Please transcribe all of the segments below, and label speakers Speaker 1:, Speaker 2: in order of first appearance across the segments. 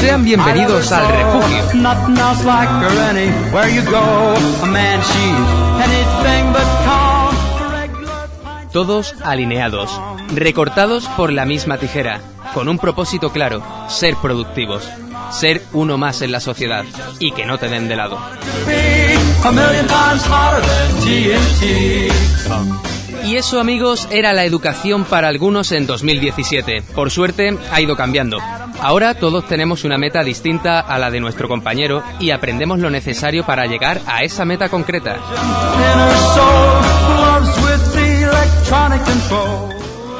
Speaker 1: Sean bienvenidos al refugio. Todos alineados, recortados por la misma tijera, con un propósito claro, ser productivos, ser uno más en la sociedad y que no te den de lado. Y eso, amigos, era la educación para algunos en 2017. Por suerte, ha ido cambiando. Ahora todos tenemos una meta distinta a la de nuestro compañero y aprendemos lo necesario para llegar a esa meta concreta.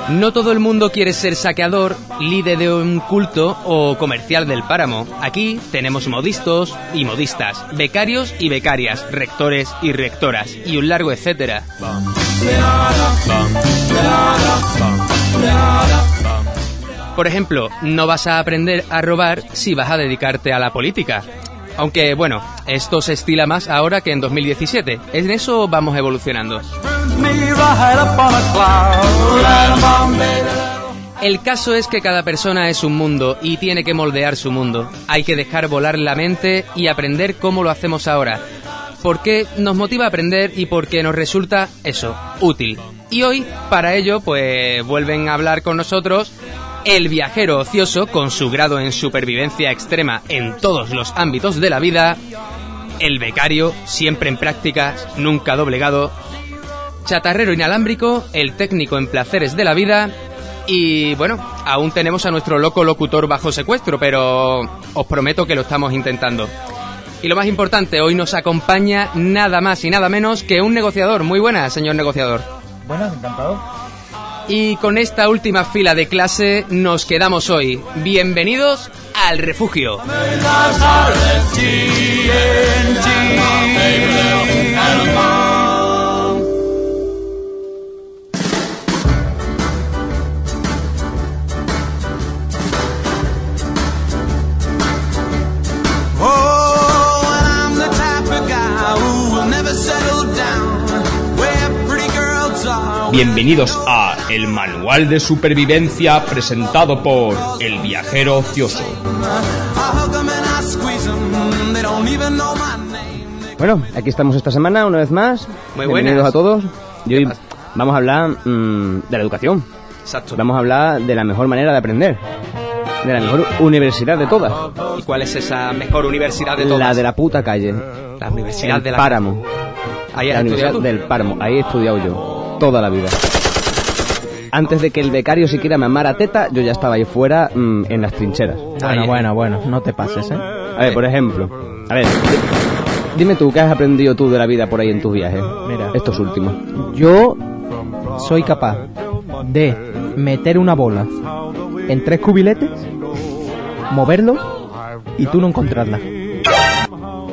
Speaker 1: No todo el mundo quiere ser saqueador, líder de un culto o comercial del páramo. Aquí tenemos modistos y modistas, becarios y becarias, rectores y rectoras, y un largo etcétera. Por ejemplo, no vas a aprender a robar si vas a dedicarte a la política. Aunque bueno, esto se estila más ahora que en 2017. En eso vamos evolucionando. El caso es que cada persona es un mundo y tiene que moldear su mundo. Hay que dejar volar la mente y aprender cómo lo hacemos ahora. Porque nos motiva a aprender y porque nos resulta eso, útil. Y hoy, para ello, pues vuelven a hablar con nosotros el viajero ocioso con su grado en supervivencia extrema en todos los ámbitos de la vida, el becario siempre en prácticas, nunca doblegado, chatarrero inalámbrico, el técnico en placeres de la vida y bueno, aún tenemos a nuestro loco locutor bajo secuestro, pero os prometo que lo estamos intentando. Y lo más importante, hoy nos acompaña nada más y nada menos que un negociador. Muy buenas, señor negociador.
Speaker 2: Buenas, encantado.
Speaker 1: Y con esta última fila de clase nos quedamos hoy. Bienvenidos al refugio.
Speaker 3: Bienvenidos a El Manual de Supervivencia presentado por El Viajero Ocioso.
Speaker 4: Bueno, aquí estamos esta semana una vez más.
Speaker 1: Muy
Speaker 4: Bienvenidos
Speaker 1: buenas.
Speaker 4: a todos. Y hoy
Speaker 1: pasa?
Speaker 4: vamos a hablar mm, de la educación.
Speaker 1: Exacto.
Speaker 4: Vamos a hablar de la mejor manera de aprender. De la mejor universidad de todas.
Speaker 1: ¿Y cuál es esa mejor universidad de todas?
Speaker 4: La de la puta calle.
Speaker 1: La universidad
Speaker 4: El
Speaker 1: de la...
Speaker 4: Páramo.
Speaker 1: Ahí has estudiado
Speaker 4: la Universidad
Speaker 1: tú.
Speaker 4: del Páramo. Ahí he estudiado yo. Toda la vida. Antes de que el becario siquiera me amara teta, yo ya estaba ahí fuera mm, en las trincheras.
Speaker 1: Ahí,
Speaker 2: Bueno,
Speaker 1: eh.
Speaker 2: bueno, bueno, no te pases, ¿eh?
Speaker 4: A ver, por ejemplo. A ver. Dime tú, ¿qué has aprendido tú de la vida por ahí en tus viajes?
Speaker 2: Mira.
Speaker 4: Estos últimos.
Speaker 2: Yo soy capaz de meter una bola en tres cubiletes, moverlo y tú no encontrarla.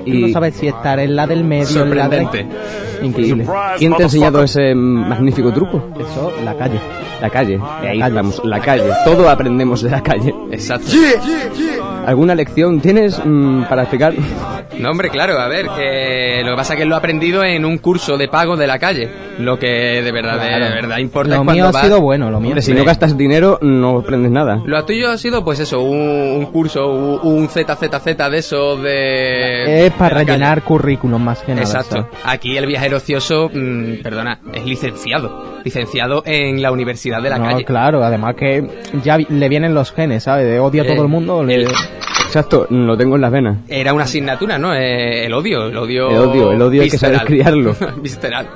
Speaker 2: Y no sabes si estar en la del medio, en la de...
Speaker 1: Sorprendente.
Speaker 2: Increíble.
Speaker 4: ¿Quién te ha enseñado ese mm, magnífico truco?
Speaker 2: Eso, la calle.
Speaker 4: La calle. Ahí vamos, la calle. Todo aprendemos de la calle.
Speaker 1: Exacto.
Speaker 4: ¿Alguna lección tienes mm, para explicar?
Speaker 1: No, hombre, claro, a ver, que lo que pasa es que lo he aprendido en un curso de pago de la calle. Lo que de verdad, de
Speaker 2: Claro.
Speaker 1: verdad importa
Speaker 2: Lo
Speaker 1: es cuando
Speaker 2: mío ha
Speaker 1: vas-
Speaker 2: sido bueno, lo mío.
Speaker 4: Hombre, si no gastas dinero, no aprendes nada.
Speaker 1: Lo tuyo ha sido, pues eso, un, un curso, un, un ZZZ de eso, de...
Speaker 2: Es para
Speaker 1: de la calle.
Speaker 2: rellenar currículum más que nada.
Speaker 1: Exacto. Aquí el viajero ocioso, mm, perdona, es licenciado. Licenciado en la Universidad de la
Speaker 2: no,
Speaker 1: Calle.
Speaker 2: claro, además que ya vi- le vienen los genes, ¿sabes? De odio a todo
Speaker 1: Eh,
Speaker 2: el mundo. le-
Speaker 4: Exacto, mm, lo tengo en las venas.
Speaker 1: Era una asignatura, ¿no? Eh, el odio, el odio...
Speaker 4: El odio, el odio hay que saber
Speaker 1: visceral.
Speaker 4: criarlo.
Speaker 1: visceral.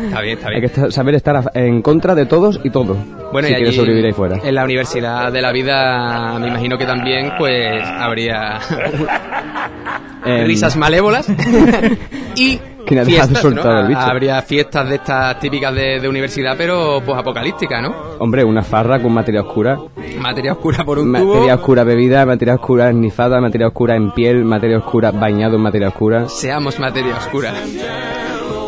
Speaker 1: Está bien, está bien.
Speaker 4: Hay que esta- saber estar a- en contra de todos y todo.
Speaker 1: Bueno,
Speaker 4: si
Speaker 1: y
Speaker 4: quieres
Speaker 1: allí, eh,
Speaker 4: sobrevivir ahí fuera.
Speaker 1: En la Universidad de la Vida, me imagino que también, pues, habría
Speaker 4: Em,
Speaker 1: eh, risas malévolas y
Speaker 4: Que nadie ha
Speaker 1: fiestas, ¿no?
Speaker 4: soltado el bicho.
Speaker 1: Habría fiestas de estas típicas de, de universidad, pero pues apocalíptica, ¿no?
Speaker 4: Hombre, una farra con materia oscura.
Speaker 1: Materia oscura por un
Speaker 4: Materia
Speaker 1: tubo.
Speaker 4: oscura bebida, materia oscura esnifada, materia oscura en piel, materia oscura bañado en materia oscura,
Speaker 1: Seamos materia oscura.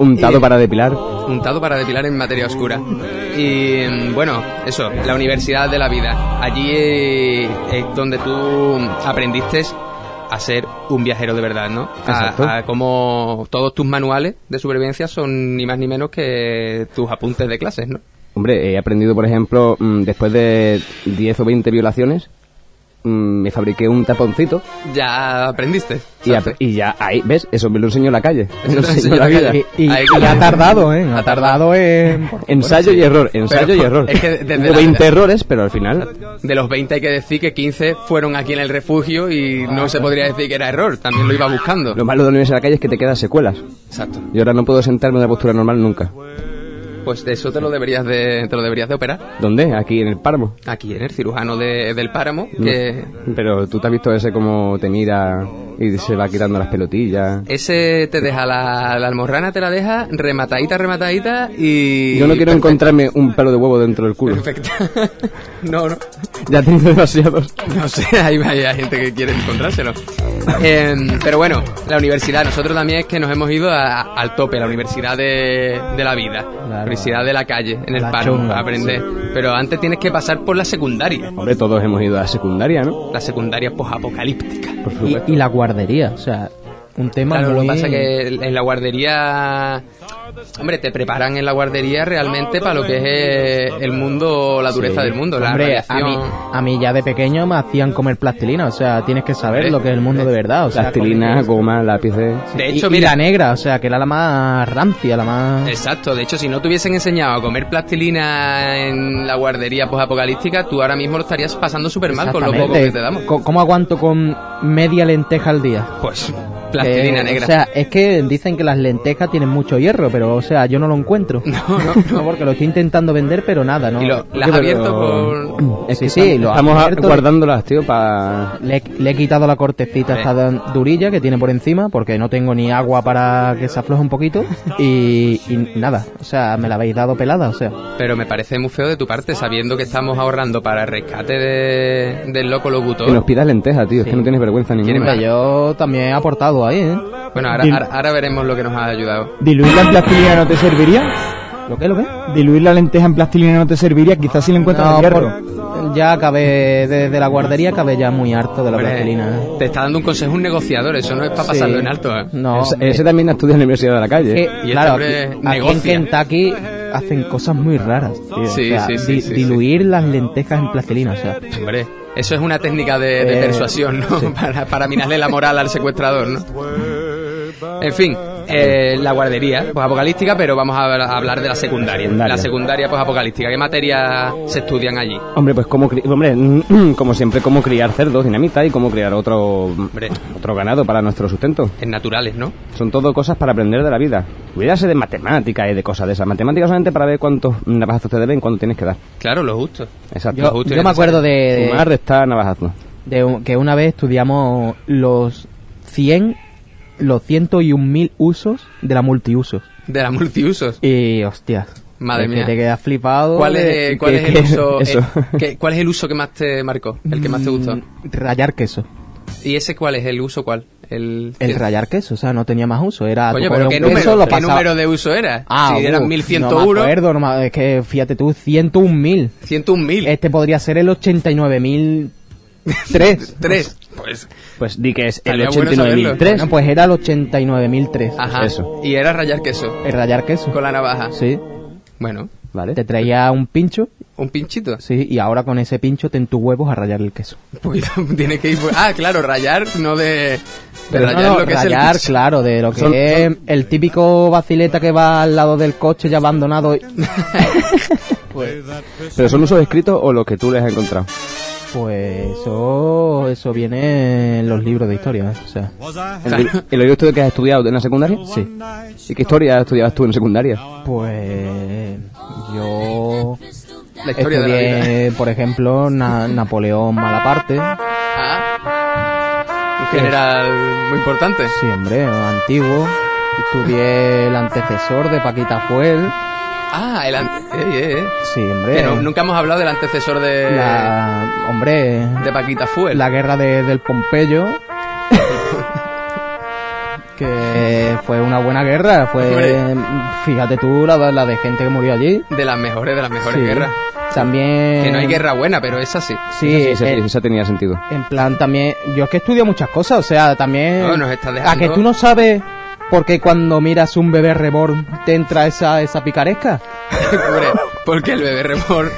Speaker 4: untado
Speaker 1: Y-
Speaker 4: para depilar.
Speaker 1: Untado para depilar en materia oscura. Y mm, bueno, eso, la Universidad de la Vida. Allí eh, es donde tú aprendiste a ser un viajero de verdad, ¿no?
Speaker 4: Exacto.
Speaker 1: A, como todos tus manuales de supervivencia son ni más ni menos que tus apuntes de clases, ¿no?
Speaker 4: Hombre, he aprendido, por ejemplo, mm, después de 10 o 20 violaciones, mm, me fabriqué un taponcito
Speaker 1: Ya aprendiste.
Speaker 4: y,
Speaker 1: ¿sabes?
Speaker 4: ap- y ya ahí, ¿ves? Eso me lo enseñó la calle. Me
Speaker 1: Eso te
Speaker 4: lo
Speaker 1: lo
Speaker 4: enseñó
Speaker 1: enseñó
Speaker 4: la
Speaker 1: la
Speaker 4: vida.
Speaker 1: calle.
Speaker 2: Y, y-
Speaker 1: Ahí-
Speaker 2: y ha tardado, ¿eh?
Speaker 1: Ha
Speaker 2: Ha
Speaker 1: tardado.
Speaker 2: tardado en...
Speaker 4: Ensayo y error, ensayo
Speaker 1: Pero- pues,
Speaker 4: y error.
Speaker 1: es que desde
Speaker 4: Hubo
Speaker 1: la-
Speaker 4: 20 errores, pero al final.
Speaker 1: De los 20 hay que decir que 15 fueron aquí en el refugio y no se podría decir que era error, también lo iba buscando.
Speaker 4: Lo malo de la universidad de la calle es que te quedas secuelas.
Speaker 1: Exacto.
Speaker 4: Y ahora no puedo sentarme en una postura normal nunca.
Speaker 1: Pues de eso te lo deberías de, te lo deberías de operar.
Speaker 4: ¿Dónde? Aquí en el páramo.
Speaker 1: Aquí en el cirujano de- del páramo, que
Speaker 4: Pero tú te has visto ese como te mira y se va quitando las pelotillas.
Speaker 1: ese te deja la, la almorrana, te la deja rematadita, rematadita y...
Speaker 4: Yo no quiero encontrarme un pelo de huevo dentro del culo.
Speaker 1: Perfecto. no, no.
Speaker 4: Ya tengo demasiados.
Speaker 1: No sé, ahí va, hay gente que quiere encontrárselo. Em, pero bueno, la universidad, nosotros también es que nos hemos ido a- a- al tope, la universidad de, de la vida, la universidad de la calle, en el
Speaker 2: La
Speaker 1: paro,
Speaker 2: chunga,
Speaker 1: a aprender. Pero antes tienes que pasar por la secundaria,
Speaker 4: Hombre, todos hemos ido a la secundaria, ¿no?
Speaker 1: la secundaria posapocalíptica.
Speaker 4: Por
Speaker 2: Y,
Speaker 4: supuesto.
Speaker 2: y la guardería, o sea, un tema
Speaker 1: Claro, lo
Speaker 2: muy...
Speaker 1: que pasa es que en la guardería. Hombre, te preparan en la guardería realmente para lo que es eh, el mundo, la dureza del mundo, la
Speaker 2: Hombre, a mí,
Speaker 1: radiación.
Speaker 2: a mí ya de pequeño me hacían comer plastilina, o sea, tienes que saber
Speaker 1: Hombre,
Speaker 2: lo que es el mundo de verdad. O sea,
Speaker 4: Plastilina, goma, lápices.
Speaker 1: De
Speaker 2: Y-
Speaker 1: hecho,
Speaker 2: y
Speaker 1: mira,
Speaker 2: la negra, o sea, que era la más rancia, la más...
Speaker 1: Exacto, de hecho, si no te hubiesen enseñado a comer plastilina en la guardería posapocalíptica, tú ahora mismo lo estarías pasando súper mal con lo poco que te damos.
Speaker 2: Exactamente. Co- ¿Cómo aguanto con media lenteja al día?
Speaker 1: Pues, plastilina
Speaker 2: Eh,
Speaker 1: negra.
Speaker 2: O sea, es que dicen que las lentejas tienen mucho hierro, pero o sea, yo no lo encuentro.
Speaker 1: No, no, no.
Speaker 2: porque lo estoy intentando vender, pero nada, ¿no?
Speaker 1: y lo, las
Speaker 4: pero-
Speaker 1: has abierto con...
Speaker 4: Es
Speaker 2: Sí,
Speaker 4: que
Speaker 2: sí, lo
Speaker 4: estamos a-
Speaker 2: abierto.
Speaker 4: guardándolas, tío, para...
Speaker 2: Le, he- le he quitado la cortecita
Speaker 1: Bien.
Speaker 2: esta dan- durilla que tiene por encima, porque no tengo ni agua para que se afloje un poquito. Y, y nada, o sea, me la habéis dado pelada, o sea.
Speaker 1: Pero me parece muy feo de tu parte, sabiendo que estamos ahorrando para el rescate de- del loco
Speaker 4: Que nos
Speaker 1: locutor.
Speaker 4: pidas lentejas, tío. Es que no tienes vergüenza
Speaker 1: ¿Quieren
Speaker 4: ninguna.
Speaker 1: ver?
Speaker 2: Yo también he aportado ahí, ¿eh?
Speaker 1: Bueno, ahora, ahora, ahora veremos lo que nos ha ayudado.
Speaker 5: ¿Diluir la plastilina no te serviría?
Speaker 2: ¿Lo qué, lo qué?
Speaker 5: ¿Diluir la lenteja en plastilina no te serviría? Quizás si le encuentras
Speaker 2: No,
Speaker 5: el hierro.
Speaker 2: por- ya acabé, desde la guardería acabé ya muy harto de la
Speaker 1: Hombre,
Speaker 2: plastilina. ¿eh?
Speaker 1: te está dando un consejo un negociador, eso no es para pasarlo
Speaker 2: Sí.
Speaker 1: en alto. ¿eh?
Speaker 2: No,
Speaker 4: Ese-
Speaker 2: hombre.
Speaker 4: ese también estudia en la Universidad de la Calle.
Speaker 2: que,
Speaker 1: Y este
Speaker 2: claro,
Speaker 1: hombre
Speaker 2: aquí- aquí
Speaker 1: negocia.
Speaker 2: en Kentucky hacen cosas muy raras, tío.
Speaker 1: Sí,
Speaker 2: O sea,
Speaker 1: sí, sí,
Speaker 2: di-
Speaker 1: sí, sí.
Speaker 2: diluir las lentejas en plastilina, o sea.
Speaker 1: Hombre, eso es una técnica de, de
Speaker 2: Eh,
Speaker 1: persuasión, ¿no? Para, para minarle la moral al secuestrador, ¿no? En fin, eh, la guardería, pues apocalíptica, pero vamos a, a hablar de la secundaria.
Speaker 4: Secundaria.
Speaker 1: La secundaria, pues apocalíptica. ¿Qué materias se estudian allí?
Speaker 4: Hombre, pues como, cri- hombre, como siempre, cómo criar cerdos, dinamita, y cómo criar otro, otro ganado para nuestro sustento.
Speaker 1: En naturales, ¿no?
Speaker 4: Son todo cosas para aprender de la vida. Cuidarse de matemáticas y de cosas de esas. Matemáticas solamente para ver cuántos navajazos te deben y cuánto tienes que dar.
Speaker 1: Claro, lo justo.
Speaker 4: Exacto.
Speaker 1: Lo
Speaker 2: Yo, eh,
Speaker 1: justo y
Speaker 2: yo me
Speaker 1: necesario.
Speaker 2: acuerdo de,
Speaker 4: Sumar,
Speaker 2: de,
Speaker 4: restar, navajazos.
Speaker 2: de un- que una vez estudiamos los 100, los 101 mil usos de la multiusos.
Speaker 1: De la multiusos.
Speaker 2: Y, hostias.
Speaker 1: Madre
Speaker 2: es que
Speaker 1: mía.
Speaker 2: te quedas flipado.
Speaker 1: ¿Cuál
Speaker 2: de-
Speaker 1: es, cuál
Speaker 4: que-
Speaker 1: es el
Speaker 4: que-
Speaker 1: uso?
Speaker 4: eso.
Speaker 1: eh, que- ¿Cuál es el uso que más te marcó? El que más te gustó.
Speaker 2: Mm, Rayar queso.
Speaker 1: ¿Y ese cuál es? ¿El uso cuál? El,
Speaker 2: El rayar queso, o sea, no tenía más uso. Era
Speaker 1: Coño,
Speaker 2: tú
Speaker 1: pero
Speaker 2: cogías
Speaker 1: ¿qué
Speaker 2: un queso,
Speaker 1: número,
Speaker 2: lo
Speaker 1: ¿qué
Speaker 2: pasabas-
Speaker 1: número de uso era?
Speaker 2: Ah,
Speaker 1: si eran
Speaker 2: uh,
Speaker 1: 1101,
Speaker 2: No me acuerdo, no me- es que fíjate tú, 101.000.
Speaker 1: 101.000.
Speaker 2: Este podría ser el 89.003.
Speaker 1: Tres. Pues,
Speaker 4: Pues di que es el
Speaker 1: Estaría bueno
Speaker 4: 89.003.
Speaker 2: Bueno, pues era el 89.003.
Speaker 1: ajá.
Speaker 4: Eso.
Speaker 1: Y era rayar queso
Speaker 2: El rayar queso.
Speaker 1: con la navaja.
Speaker 2: Sí.
Speaker 1: Bueno,
Speaker 4: Vale.
Speaker 2: Te traía un pincho,
Speaker 1: un pinchito.
Speaker 2: sí, y ahora con ese pincho ten tus huevos a rayar el queso.
Speaker 1: Un poquito tiene que ir. por- Ah, claro, rayar, no de. de
Speaker 2: Pero
Speaker 1: rayar
Speaker 2: no, no,
Speaker 1: lo que
Speaker 2: rayar,
Speaker 1: es el.
Speaker 2: claro, de lo que
Speaker 4: Son-
Speaker 2: es el típico bacileta que va al lado del coche ya abandonado.
Speaker 4: Pero son usos escritos o los que tú les has encontrado.
Speaker 2: Pues eso, eso viene en los libros de historia, ¿eh? o sea.
Speaker 4: ¿El, el libro estudio que has estudiado en la secundaria? Sí. ¿Y qué historia estudiabas tú en secundaria?
Speaker 2: Pues yo
Speaker 1: La historia de la
Speaker 2: estudié,
Speaker 1: vida. ¿eh?
Speaker 2: por ejemplo, Na- Napoleón Malaparte,
Speaker 1: Ah. Un general muy importante.
Speaker 2: sí, hombre, antiguo. Estudié el antecesor de Paquita Fuel,
Speaker 1: Ah, el. ante- eh, eh, eh.
Speaker 2: sí, hombre.
Speaker 1: Que no- nunca hemos hablado del antecesor de.
Speaker 2: la, hombre,
Speaker 1: De Paquita Fuel.
Speaker 2: la guerra de- del Pompeyo. que fue una buena guerra, fue,
Speaker 1: Hombre.
Speaker 2: fíjate tú, la, la de gente que murió allí.
Speaker 1: De las mejores, de las mejores
Speaker 2: Sí. Eh.
Speaker 1: guerras.
Speaker 2: También...
Speaker 1: Que no hay guerra buena, pero esa sí.
Speaker 2: Sí,
Speaker 4: Sí,
Speaker 2: eh,
Speaker 4: sí,
Speaker 2: el-
Speaker 4: sí, eso tenía sentido.
Speaker 2: En plan, también. Yo es que estudio muchas cosas, o sea, también.
Speaker 1: No, nos está dejando-
Speaker 2: A Ah, que tú no sabes por qué cuando miras un bebé reborn te entra esa, esa picaresca.
Speaker 1: Hombre, porque el bebé remor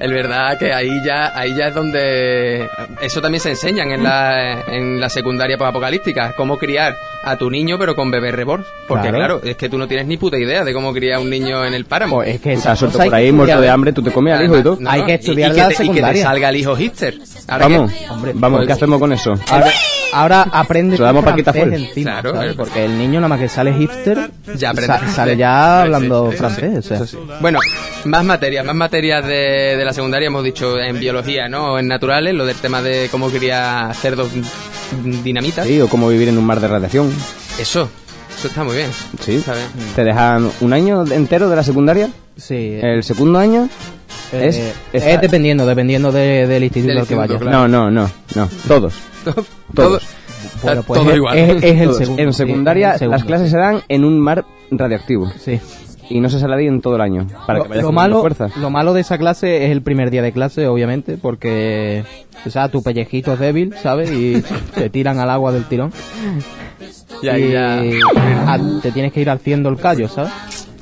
Speaker 1: Es verdad que ahí ya, ahí ya es donde eso también se enseñan en la, en la secundaria apocalíptica, cómo criar a tu niño pero con bebé reborn. Porque claro.
Speaker 2: Claro.
Speaker 1: es que tú no tienes ni puta idea de cómo criar a un niño en el páramo.
Speaker 2: Pues es que
Speaker 4: Esa
Speaker 2: esas
Speaker 4: suerte
Speaker 2: cosas
Speaker 4: por
Speaker 2: hay
Speaker 4: ahí,
Speaker 2: que
Speaker 4: muerto
Speaker 2: estudiar.
Speaker 4: de hambre, tú te comías al hijo y todo.
Speaker 1: Además,
Speaker 2: Hay que
Speaker 1: y- y
Speaker 2: estudiar
Speaker 1: te-
Speaker 2: la
Speaker 1: y que te
Speaker 2: secundaria.
Speaker 1: salga el hijo hipster. Ahora
Speaker 4: Vamos,
Speaker 1: que-
Speaker 4: vamos,
Speaker 2: pues,
Speaker 4: ¿qué hacemos con eso?
Speaker 2: Ahora, ahora aprende
Speaker 4: Se lo damos
Speaker 2: francés
Speaker 4: Paquita Fuel.
Speaker 2: encima,
Speaker 1: Claro,
Speaker 2: ¿sabes?
Speaker 1: claro.
Speaker 2: porque el niño nada más que sale hipster
Speaker 1: Ya aprende
Speaker 2: sa-
Speaker 1: francés.
Speaker 2: sale ya
Speaker 1: Sí,
Speaker 2: hablando
Speaker 1: sí, sí,
Speaker 2: francés, o sea.
Speaker 1: Eso sí. Bueno, más materias, más materias de, de la secundaria, hemos dicho en biología, ¿no? En naturales, lo del tema de cómo quería cerdos mm, dinamitas.
Speaker 4: Sí, o cómo vivir en un mar de radiación.
Speaker 1: Eso, eso está muy bien.
Speaker 4: Sí. Mm.
Speaker 1: ¿sabes?
Speaker 2: Mm.
Speaker 4: Te dejan un año entero de la secundaria.
Speaker 2: Sí,
Speaker 4: El segundo año
Speaker 2: eh,
Speaker 4: es...
Speaker 2: eh,
Speaker 4: está-
Speaker 2: es dependiendo, dependiendo de- del instituto
Speaker 1: Del
Speaker 2: al que
Speaker 1: instituto,
Speaker 2: vayas.
Speaker 1: claro.
Speaker 4: No, no, no, no. Todos.
Speaker 1: Todo,
Speaker 4: Todos. eh,
Speaker 2: Bueno,
Speaker 1: está
Speaker 2: pues
Speaker 1: todo
Speaker 2: es-
Speaker 1: igual.
Speaker 2: es- es- el
Speaker 4: Todos.
Speaker 2: segundo,
Speaker 4: En
Speaker 2: sí,
Speaker 4: secundaria
Speaker 2: el segundo.
Speaker 4: las clases se dan en un mar radiactivo.
Speaker 2: Sí.
Speaker 4: Y no se sale bien todo el año. Para
Speaker 2: Lo-
Speaker 4: que vayas
Speaker 2: lo,
Speaker 4: cogiendo
Speaker 2: malo,
Speaker 4: fuerza.
Speaker 2: lo malo de esa clase es el primer día de clase, obviamente, porque o sea, tu pellejito es débil, ¿sabes? Y te tiran al agua del tirón.
Speaker 1: Y ahí ya-
Speaker 4: eh.
Speaker 2: a- te tienes que ir haciendo el callo, ¿sabes?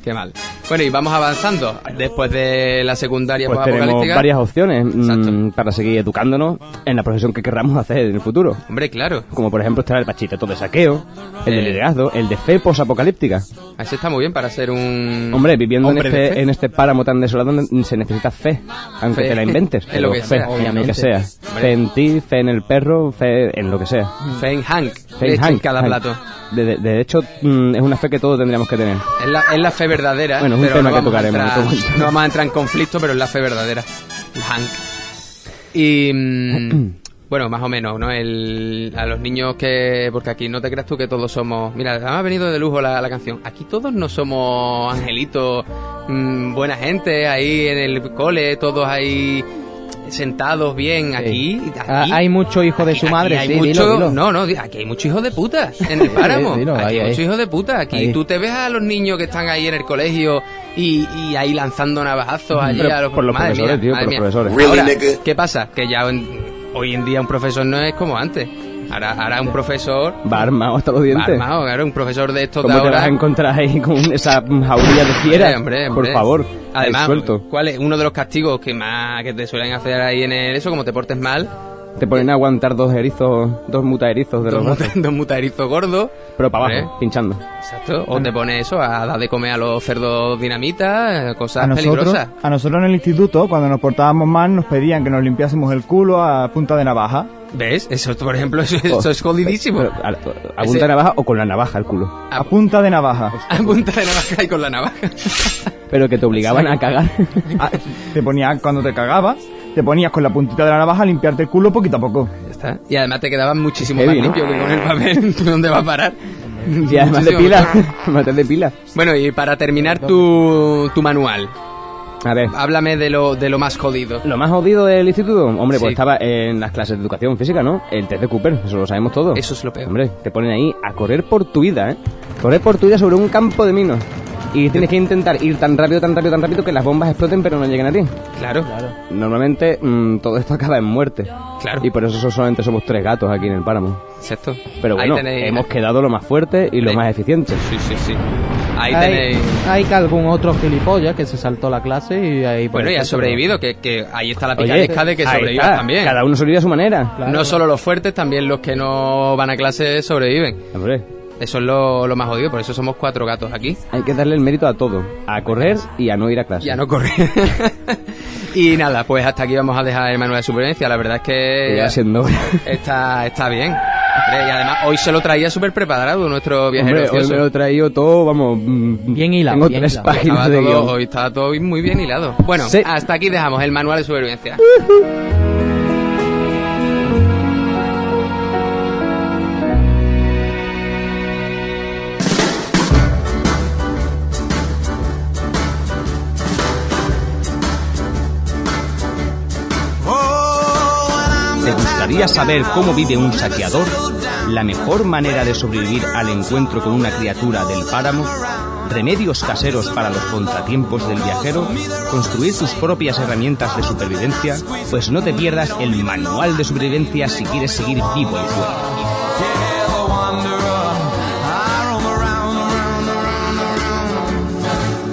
Speaker 1: Qué mal. Bueno, y vamos avanzando. Después de la secundaria
Speaker 4: Pues tenemos
Speaker 1: apocalíptica.
Speaker 4: varias opciones mm,
Speaker 1: Exacto.
Speaker 4: para seguir educándonos en la profesión que querramos hacer en el futuro.
Speaker 1: Hombre, claro.
Speaker 4: Como por ejemplo estará el bachillerato de saqueo, el de
Speaker 1: Eh.
Speaker 4: liderazgo, el de fe posapocalíptica.
Speaker 1: Eso está muy bien para ser un.
Speaker 4: Hombre, viviendo
Speaker 1: Mm. hombre
Speaker 4: en,
Speaker 1: de
Speaker 4: este,
Speaker 1: fe.
Speaker 4: en este páramo tan desolado donde se necesita fe, aunque
Speaker 1: Fe.
Speaker 4: te la inventes.
Speaker 1: En lo
Speaker 4: pero
Speaker 1: que
Speaker 4: fe,
Speaker 1: sea.
Speaker 4: en lo
Speaker 2: Obviamente.
Speaker 4: que sea. Fe en ti, fe en el perro, fe en lo que sea.
Speaker 1: Fe en Hank. leche
Speaker 4: Fe en
Speaker 1: en
Speaker 4: Hank,
Speaker 1: cada
Speaker 4: Hank.
Speaker 1: plato.
Speaker 4: De, de- de hecho, mm, es una fe que todos tendríamos que tener.
Speaker 1: Es la, es la fe verdadera.
Speaker 4: Bueno, es un
Speaker 1: pero
Speaker 4: tema
Speaker 1: no
Speaker 4: que
Speaker 1: vamos a
Speaker 4: tocaremos en
Speaker 1: entrar-
Speaker 4: otro momento.
Speaker 1: no vamos a entrar en conflicto, pero es la fe verdadera. Hank. Y. mm, bueno, más o menos, ¿no? El, a los niños que. Porque aquí no te creas tú que todos somos. Mira, además ha venido de lujo la, la canción. Aquí todos no somos angelitos, mm, buena gente, ahí en el cole, todos ahí sentados bien. Aquí.
Speaker 2: Ah,
Speaker 1: aquí-
Speaker 2: hay mucho hijo de
Speaker 1: Aquí-
Speaker 2: su
Speaker 1: aquí
Speaker 2: madre,
Speaker 1: hay
Speaker 2: sí,
Speaker 1: mucho,
Speaker 2: dilo, dilo.
Speaker 1: No, no, di- aquí hay mucho hijo de puta en el páramo.
Speaker 2: dilo,
Speaker 1: aquí
Speaker 2: ahí,
Speaker 1: hay mucho
Speaker 2: ahí.
Speaker 1: hijo de puta. Aquí
Speaker 2: Ahí.
Speaker 1: tú te ves a los niños que están ahí en el colegio y, y ahí lanzando navajazos allí
Speaker 4: Mm, Pero
Speaker 1: a los,
Speaker 4: por los
Speaker 1: madre
Speaker 4: profesores,
Speaker 1: mía,
Speaker 4: tío,
Speaker 1: madre
Speaker 4: por los
Speaker 1: mía.
Speaker 4: profesores.
Speaker 1: Ahora, ¿Qué pasa? Que ya en- hoy en día un profesor no es como antes. Ahora, ahora un profesor...
Speaker 4: Va armado hasta los dientes.
Speaker 1: Armado, claro, un profesor de estos de
Speaker 4: ¿Cómo te vas
Speaker 1: ahora...
Speaker 4: a encontrar ahí con esa jaulilla de fieras?
Speaker 1: Hombre, hombre,
Speaker 4: Por
Speaker 1: hombre.
Speaker 4: favor,
Speaker 1: Además,
Speaker 4: suelto.
Speaker 1: ¿cuál es uno de los castigos que más que te suelen hacer ahí en el eso? Como te portes mal,
Speaker 4: Te ponen a aguantar dos erizos, dos mutaerizos de
Speaker 1: dos,
Speaker 4: los brazos.
Speaker 1: muta- dos mutarizos gordos.
Speaker 4: Pero para
Speaker 1: Hombre.
Speaker 4: abajo, pinchando.
Speaker 1: Exacto. O te pone eso, a dar de comer a los cerdos dinamita, eh, cosas
Speaker 5: A nosotros,
Speaker 1: peligrosas.
Speaker 5: a nosotros en el instituto, cuando nos portábamos mal, nos pedían que nos limpiásemos el culo a punta de navaja.
Speaker 1: ¿Ves? Eso, por ejemplo, eso, eso es jodidísimo.
Speaker 4: Pues, Pero, a, a punta
Speaker 1: Ese-
Speaker 4: de navaja o con la navaja al culo.
Speaker 5: A punta de navaja.
Speaker 1: A punta de navaja y con la navaja.
Speaker 4: Pero que te obligaban a cagar.
Speaker 5: Ah, te ponías, cuando te cagabas, te ponías con la puntita de la navaja a limpiarte el culo poquito a poco.
Speaker 1: Ya está. Y además te quedaban muchísimo
Speaker 4: Heavy,
Speaker 1: más
Speaker 4: ¿no?
Speaker 1: limpio que con el papel. ¿Tú dónde vas a parar?
Speaker 4: y además de
Speaker 1: Muchísimo
Speaker 4: pilas.
Speaker 1: mejor.
Speaker 4: además de pilas.
Speaker 1: Bueno, y para terminar tu, tu manual,
Speaker 4: A ver,
Speaker 1: háblame de lo, de lo más jodido.
Speaker 4: lo más jodido del instituto, hombre,
Speaker 1: Sí.
Speaker 4: pues estaba en las clases de educación física, ¿no? El test de Cooper, eso lo sabemos todos.
Speaker 1: Eso es lo peor.
Speaker 4: Hombre, te ponen ahí a correr por tu vida, ¿eh? Correr por tu vida sobre un campo de minos. Y tienes que intentar ir tan rápido, tan rápido, tan rápido que las bombas exploten pero no lleguen a ti.
Speaker 1: Claro,
Speaker 4: Normalmente mm, todo esto acaba en muerte.
Speaker 1: Claro.
Speaker 4: Y por eso so- solamente somos tres gatos aquí en el páramo.
Speaker 1: exacto.
Speaker 4: Pero
Speaker 1: Ahí
Speaker 4: bueno,
Speaker 1: tenéis-
Speaker 4: hemos quedado lo más fuerte y lo
Speaker 1: Ahí.
Speaker 4: más eficiente.
Speaker 1: Sí, sí, sí. Ahí
Speaker 2: Hay,
Speaker 1: tenéis...
Speaker 2: hay que algún otro gilipollas que se saltó la clase y ahí...
Speaker 1: Bueno,
Speaker 2: parece
Speaker 1: y ha
Speaker 2: que-
Speaker 1: sobrevivido, que, que ahí está la
Speaker 4: Pues Oye,
Speaker 1: picadesca de que
Speaker 4: ahí
Speaker 1: sobrevivas
Speaker 4: está.
Speaker 1: también.
Speaker 4: Cada uno sobrevive a su manera.
Speaker 1: No solo los fuertes, también los que no van a clase sobreviven.
Speaker 4: Hombre,
Speaker 1: Eso es lo, lo más jodido, por eso somos cuatro gatos aquí.
Speaker 4: hay que darle el mérito a todo. A correr y a no ir a clase.
Speaker 1: Ya no corre. y nada, pues hasta aquí vamos a dejar el manual de supervivencia. La verdad es que
Speaker 4: Que
Speaker 3: Eh,
Speaker 4: ya siendo hora.
Speaker 1: está, está bien. Hombre, Y además hoy se lo traía súper preparado nuestro viajero.
Speaker 4: Hombre, hoy
Speaker 1: ocioso.
Speaker 4: me lo he traído todo, vamos... mm,
Speaker 2: Bien hilado,
Speaker 4: Tengo
Speaker 2: bien
Speaker 4: tres
Speaker 2: hilado.
Speaker 4: páginas
Speaker 1: Estaba
Speaker 4: de
Speaker 1: todo-
Speaker 4: guión.
Speaker 1: hoy estaba todo muy bien hilado. Bueno,
Speaker 4: Sí.
Speaker 1: hasta aquí dejamos el manual de supervivencia.
Speaker 3: ¿Te gustaría saber cómo vive un saqueador? ¿La mejor manera de sobrevivir al encuentro con una criatura del páramo? ¿Remedios caseros para los contratiempos del viajero? ¿Construir tus propias herramientas de supervivencia? Pues no te pierdas el manual de supervivencia si quieres seguir vivo y fuerte.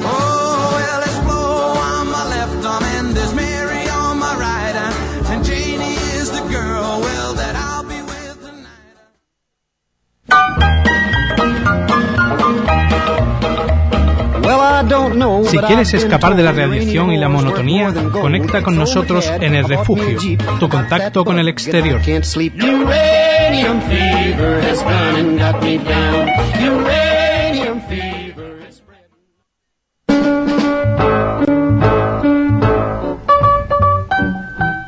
Speaker 6: Oh, well, it's blow on my left arm and there's Mary on Si quieres escapar de la radiación y la monotonía, conecta con nosotros en el refugio, tu contacto con el exterior.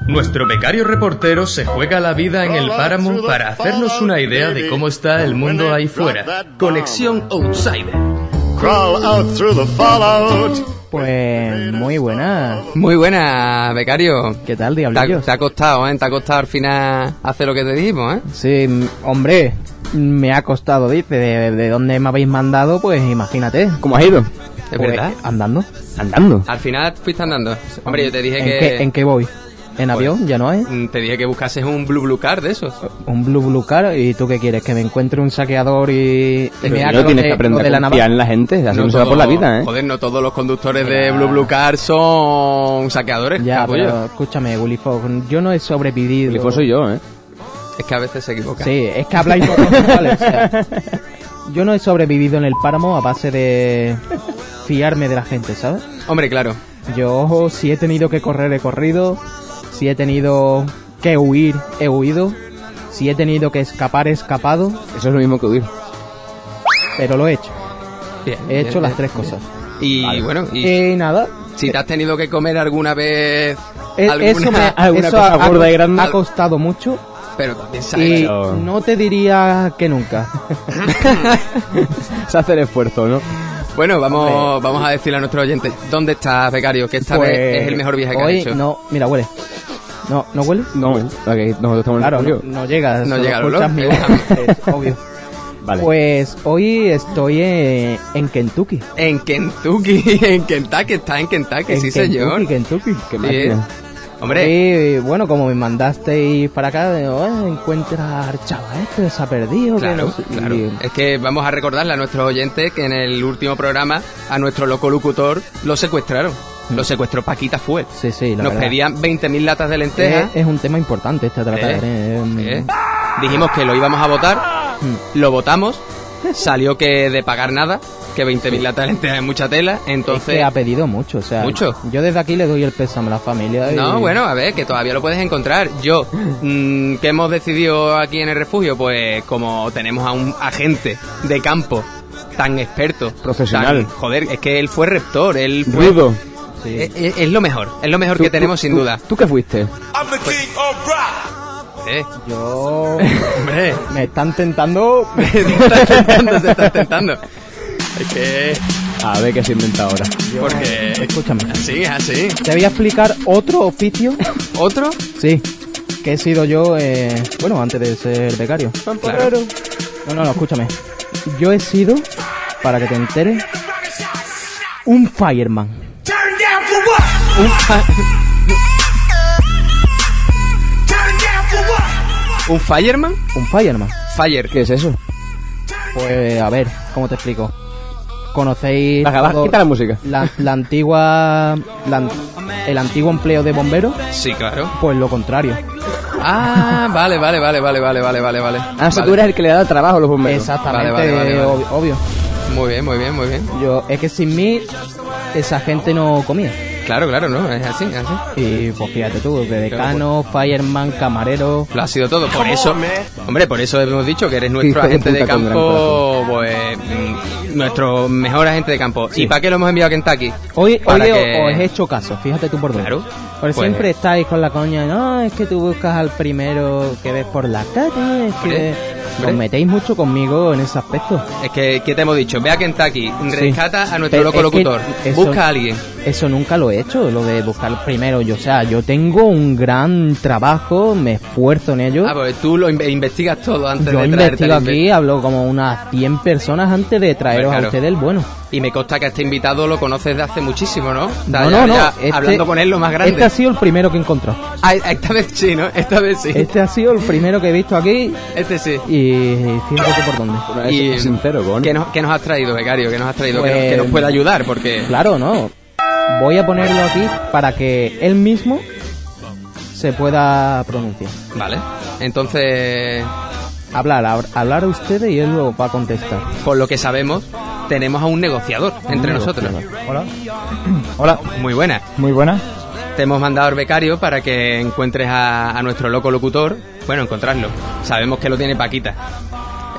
Speaker 7: Nuestro becario reportero se juega la vida en el páramo para hacernos una idea de cómo está el mundo ahí fuera. Conexión Outsider.
Speaker 2: Pues muy buena.
Speaker 1: Muy buena, becario.
Speaker 2: ¿Qué tal,
Speaker 1: Te ha,
Speaker 2: diablillos?
Speaker 1: te ha costado, ¿eh? Te ha costado al final hacer lo que te dijimos, ¿eh?
Speaker 2: Sí, m- hombre, me ha costado, dice, de, de dónde me habéis mandado, pues imagínate.
Speaker 4: ¿Cómo has ido?
Speaker 1: Es
Speaker 2: Pues,
Speaker 1: verdad.
Speaker 2: Andando.
Speaker 4: Andando.
Speaker 1: Al final fuiste andando. Hombre, yo te dije
Speaker 2: ¿En,
Speaker 1: que...
Speaker 2: qué, en qué voy? ¿En avión? ¿Ya no hay?
Speaker 1: Mm, Te dije que buscases un Blue Blue Card de esos.
Speaker 2: ¿Un Blue Blue Car? ¿Y tú qué quieres? ¿Que me encuentre un saqueador y, y me
Speaker 4: Pero
Speaker 2: haga
Speaker 4: no
Speaker 2: Pues lo
Speaker 4: tienes
Speaker 2: de-
Speaker 4: que aprender
Speaker 2: lo de
Speaker 4: a
Speaker 2: la
Speaker 4: confiar
Speaker 2: navaja?
Speaker 4: en la gente, así no se va
Speaker 1: todo-
Speaker 4: por la vida, ¿eh?
Speaker 1: Joder, no todos los conductores de Blue Blue Car son saqueadores,
Speaker 2: Ya,
Speaker 1: capullo.
Speaker 2: pero escúchame, Willy Fox, yo no he sobrevivido.
Speaker 4: Glifo soy yo, ¿eh?
Speaker 1: Es que a veces se equivoca.
Speaker 2: Sí, es que habláis vosotros, ¿vale? O sea, yo no he sobrevivido en el páramo a base de fiarme de la gente, ¿sabes?
Speaker 1: Hombre, claro.
Speaker 2: Yo si he tenido que correr he corrido, si he tenido que huir he huido, si he tenido que escapar he escapado,
Speaker 4: Eso es lo mismo que huir.
Speaker 2: pero lo he hecho.
Speaker 1: Bien,
Speaker 2: He
Speaker 1: bien,
Speaker 2: hecho
Speaker 1: bien.
Speaker 2: las tres Eh, cosas.
Speaker 1: Y bueno, Eh, y
Speaker 2: Y nada,
Speaker 1: si te has tenido que comer alguna vez
Speaker 2: e-
Speaker 1: alguna,
Speaker 2: eso me
Speaker 1: alguna
Speaker 2: eso
Speaker 1: cosa
Speaker 2: ha-
Speaker 1: gorda y
Speaker 2: ha,
Speaker 1: grande,
Speaker 2: ha costado mucho
Speaker 1: pero también sale.
Speaker 2: y
Speaker 4: Pero-
Speaker 2: no te diría que nunca.
Speaker 4: Es hacer esfuerzo, ¿no?
Speaker 1: Bueno, vamos, vamos a decirle a nuestros oyentes, ¿dónde estás, becario? Que esta vez
Speaker 2: Pues,
Speaker 1: es el mejor viaje que has
Speaker 2: hoy
Speaker 1: hecho.
Speaker 2: No, mira, huele. No, ¿no huele?
Speaker 4: No, ¿eh? ok, nosotros estamos en el
Speaker 2: Claro,
Speaker 4: refugio.
Speaker 2: no, no llega.
Speaker 1: No
Speaker 2: solo
Speaker 1: llega el
Speaker 2: escuchas
Speaker 1: olor,
Speaker 2: mi
Speaker 1: eh.
Speaker 2: voz, es obvio.
Speaker 4: Vale.
Speaker 2: Pues hoy estoy eh, en Kentucky.
Speaker 1: En Kentucky, en Kentucky, está en Kentucky,
Speaker 2: en
Speaker 1: sí
Speaker 2: Kentucky,
Speaker 1: señor.
Speaker 2: Kentucky.
Speaker 4: Qué
Speaker 1: Sí,
Speaker 4: máquina.
Speaker 1: es. Hombre,
Speaker 2: Y bueno, como me mandasteis para acá, de, "Oh, encuentra al chaval este, se ha perdido. que
Speaker 1: claro,
Speaker 2: no sé".
Speaker 1: claro.
Speaker 2: Y-
Speaker 1: Es que vamos a recordarle a nuestros oyentes que en el último programa a nuestro loco locutor lo secuestraron. Lo secuestró Paquita fue.
Speaker 2: Mm. Sí, sí, la
Speaker 1: Nos
Speaker 2: verdad. ¿Eh?
Speaker 1: pedían 20.000 latas de lentejas.
Speaker 2: Este Es, es un tema importante este a tratar.
Speaker 1: Eh,
Speaker 2: eh, em,
Speaker 1: Eh, Dijimos que lo íbamos a votar, lo votamos, salió que de pagar nada, que 20.000 latas de lentejas es mucha tela,
Speaker 2: es
Speaker 1: entonces...
Speaker 2: que ha pedido mucho, o sea.
Speaker 1: Mucho.
Speaker 2: Yo desde aquí le doy el pésame a la familia. y-
Speaker 1: No, bueno, a ver, que todavía lo puedes encontrar. Yo, mm, ¿qué hemos decidido aquí en el refugio? Pues como tenemos a un agente de campo tan experto.
Speaker 4: Profesional.
Speaker 1: tan- joder, es que él fue rector, él fue...
Speaker 4: Ruido.
Speaker 2: Sí.
Speaker 1: Es, es- es lo mejor, es lo mejor que
Speaker 4: Tú-
Speaker 1: tenemos
Speaker 4: tú-
Speaker 1: sin
Speaker 4: tú-
Speaker 1: duda.
Speaker 4: ¿Tú qué fuiste?
Speaker 1: Eh,
Speaker 2: Yo.
Speaker 1: hombre,
Speaker 2: me están tentando.
Speaker 1: se está tentando, se está tentando. Es que...
Speaker 4: A ver qué se inventa ahora.
Speaker 1: Porque...
Speaker 2: Escúchame.
Speaker 1: Así, así.
Speaker 2: Te voy a explicar otro oficio.
Speaker 1: ¿Otro?
Speaker 2: Sí. Que he sido yo, eh, bueno, antes de ser becario.
Speaker 1: Claro.
Speaker 2: No, no, no, escúchame. Yo he sido, para que te enteres, un fireman.
Speaker 1: Un, fa- ¿Un fireman?
Speaker 2: Un fireman.
Speaker 1: Fire.
Speaker 4: ¿Qué es eso?
Speaker 2: Pues, a ver, ¿cómo te explico? ¿Conocéis
Speaker 4: Baja, baja,
Speaker 2: todo-
Speaker 4: quita la música.
Speaker 2: la, la antigua... la an- el antiguo empleo de bombero?
Speaker 1: Sí, claro.
Speaker 2: Pues lo contrario.
Speaker 1: Ah, vale, vale, vale, vale, vale, vale, vale, vale.
Speaker 4: Ah, o sea,
Speaker 1: Vale.
Speaker 4: tú eres el que le da trabajo a los bomberos.
Speaker 2: Exactamente,
Speaker 1: vale, vale, vale, vale.
Speaker 2: ob- obvio.
Speaker 1: Muy bien, muy bien, muy bien.
Speaker 2: Yo, es que sin mí, esa gente no comía.
Speaker 1: Claro, claro, no, es así, es así.
Speaker 2: Y pues fíjate tú, de decano,
Speaker 1: pues,
Speaker 2: fireman, camarero.
Speaker 1: Lo ha sido todo, por eso, hombre, por eso hemos dicho que eres nuestro
Speaker 4: Hijo de
Speaker 1: agente de
Speaker 4: puta con gran
Speaker 1: campo, pues, mm, nuestro mejor agente de campo. ¿Y para qué lo hemos enviado a Kentucky?
Speaker 2: Hoy, hoy
Speaker 1: Para
Speaker 2: he-
Speaker 1: que-
Speaker 2: os he hecho caso, fíjate tú por dónde.
Speaker 1: Claro,
Speaker 2: Porque
Speaker 1: pues-
Speaker 2: siempre estáis con la coña, no, es que tú buscas al primero que ves por la calle, es que
Speaker 1: Hombre, hombre.
Speaker 2: os metéis mucho conmigo en ese aspecto.
Speaker 1: Es que, ¿qué te hemos dicho? Ve a Kentucky, rescata a nuestro
Speaker 2: Pero
Speaker 1: loco
Speaker 2: Eh, es que
Speaker 1: locutor,
Speaker 2: eso-
Speaker 1: busca a alguien.
Speaker 2: Eso nunca lo he hecho, lo de buscar primero. Yo, o sea, yo tengo un gran trabajo, me esfuerzo en ello.
Speaker 1: Ah, pues tú lo inve- investigas todo antes
Speaker 2: yo
Speaker 1: de traerte
Speaker 2: investigo
Speaker 1: al inve- Pues
Speaker 2: aquí, hablo como unas 100 personas antes de traeros
Speaker 1: claro.
Speaker 2: a ustedes el bueno.
Speaker 1: Y me consta que a este invitado lo conoces de hace muchísimo, ¿no? O sea, ya-
Speaker 2: no, no, no.
Speaker 1: ya
Speaker 2: este-
Speaker 1: hablando con él lo más grande.
Speaker 2: Este ha sido el primero que he encontrado.
Speaker 1: Ah, esta vez sí, ¿no? Esta vez sí.
Speaker 2: Este ha sido el primero que he visto aquí
Speaker 1: Este sí.
Speaker 2: y fíjate tú por dónde.
Speaker 4: Bueno, es-
Speaker 1: Y-
Speaker 4: es sincero, con.
Speaker 1: ¿Qué nos, qué nos has traído, Becario? ¿Qué nos has traído? Que,
Speaker 2: Pues-
Speaker 1: nos, que nos pueda ayudar, porque...
Speaker 2: Claro, no. Voy a ponerlo aquí para que él mismo se pueda pronunciar.
Speaker 1: Vale. Entonces,
Speaker 2: Hablar, hab- hablar ustedes y él luego va a contestar.
Speaker 1: por lo que sabemos, tenemos a un negociador entre nosotros.
Speaker 5: Hola. Hola.
Speaker 1: Muy buena.
Speaker 5: Muy buena.
Speaker 1: Te hemos mandado al becario para que encuentres a, a nuestro loco locutor. Bueno, encontrarlo. Sabemos que lo tiene Paquita.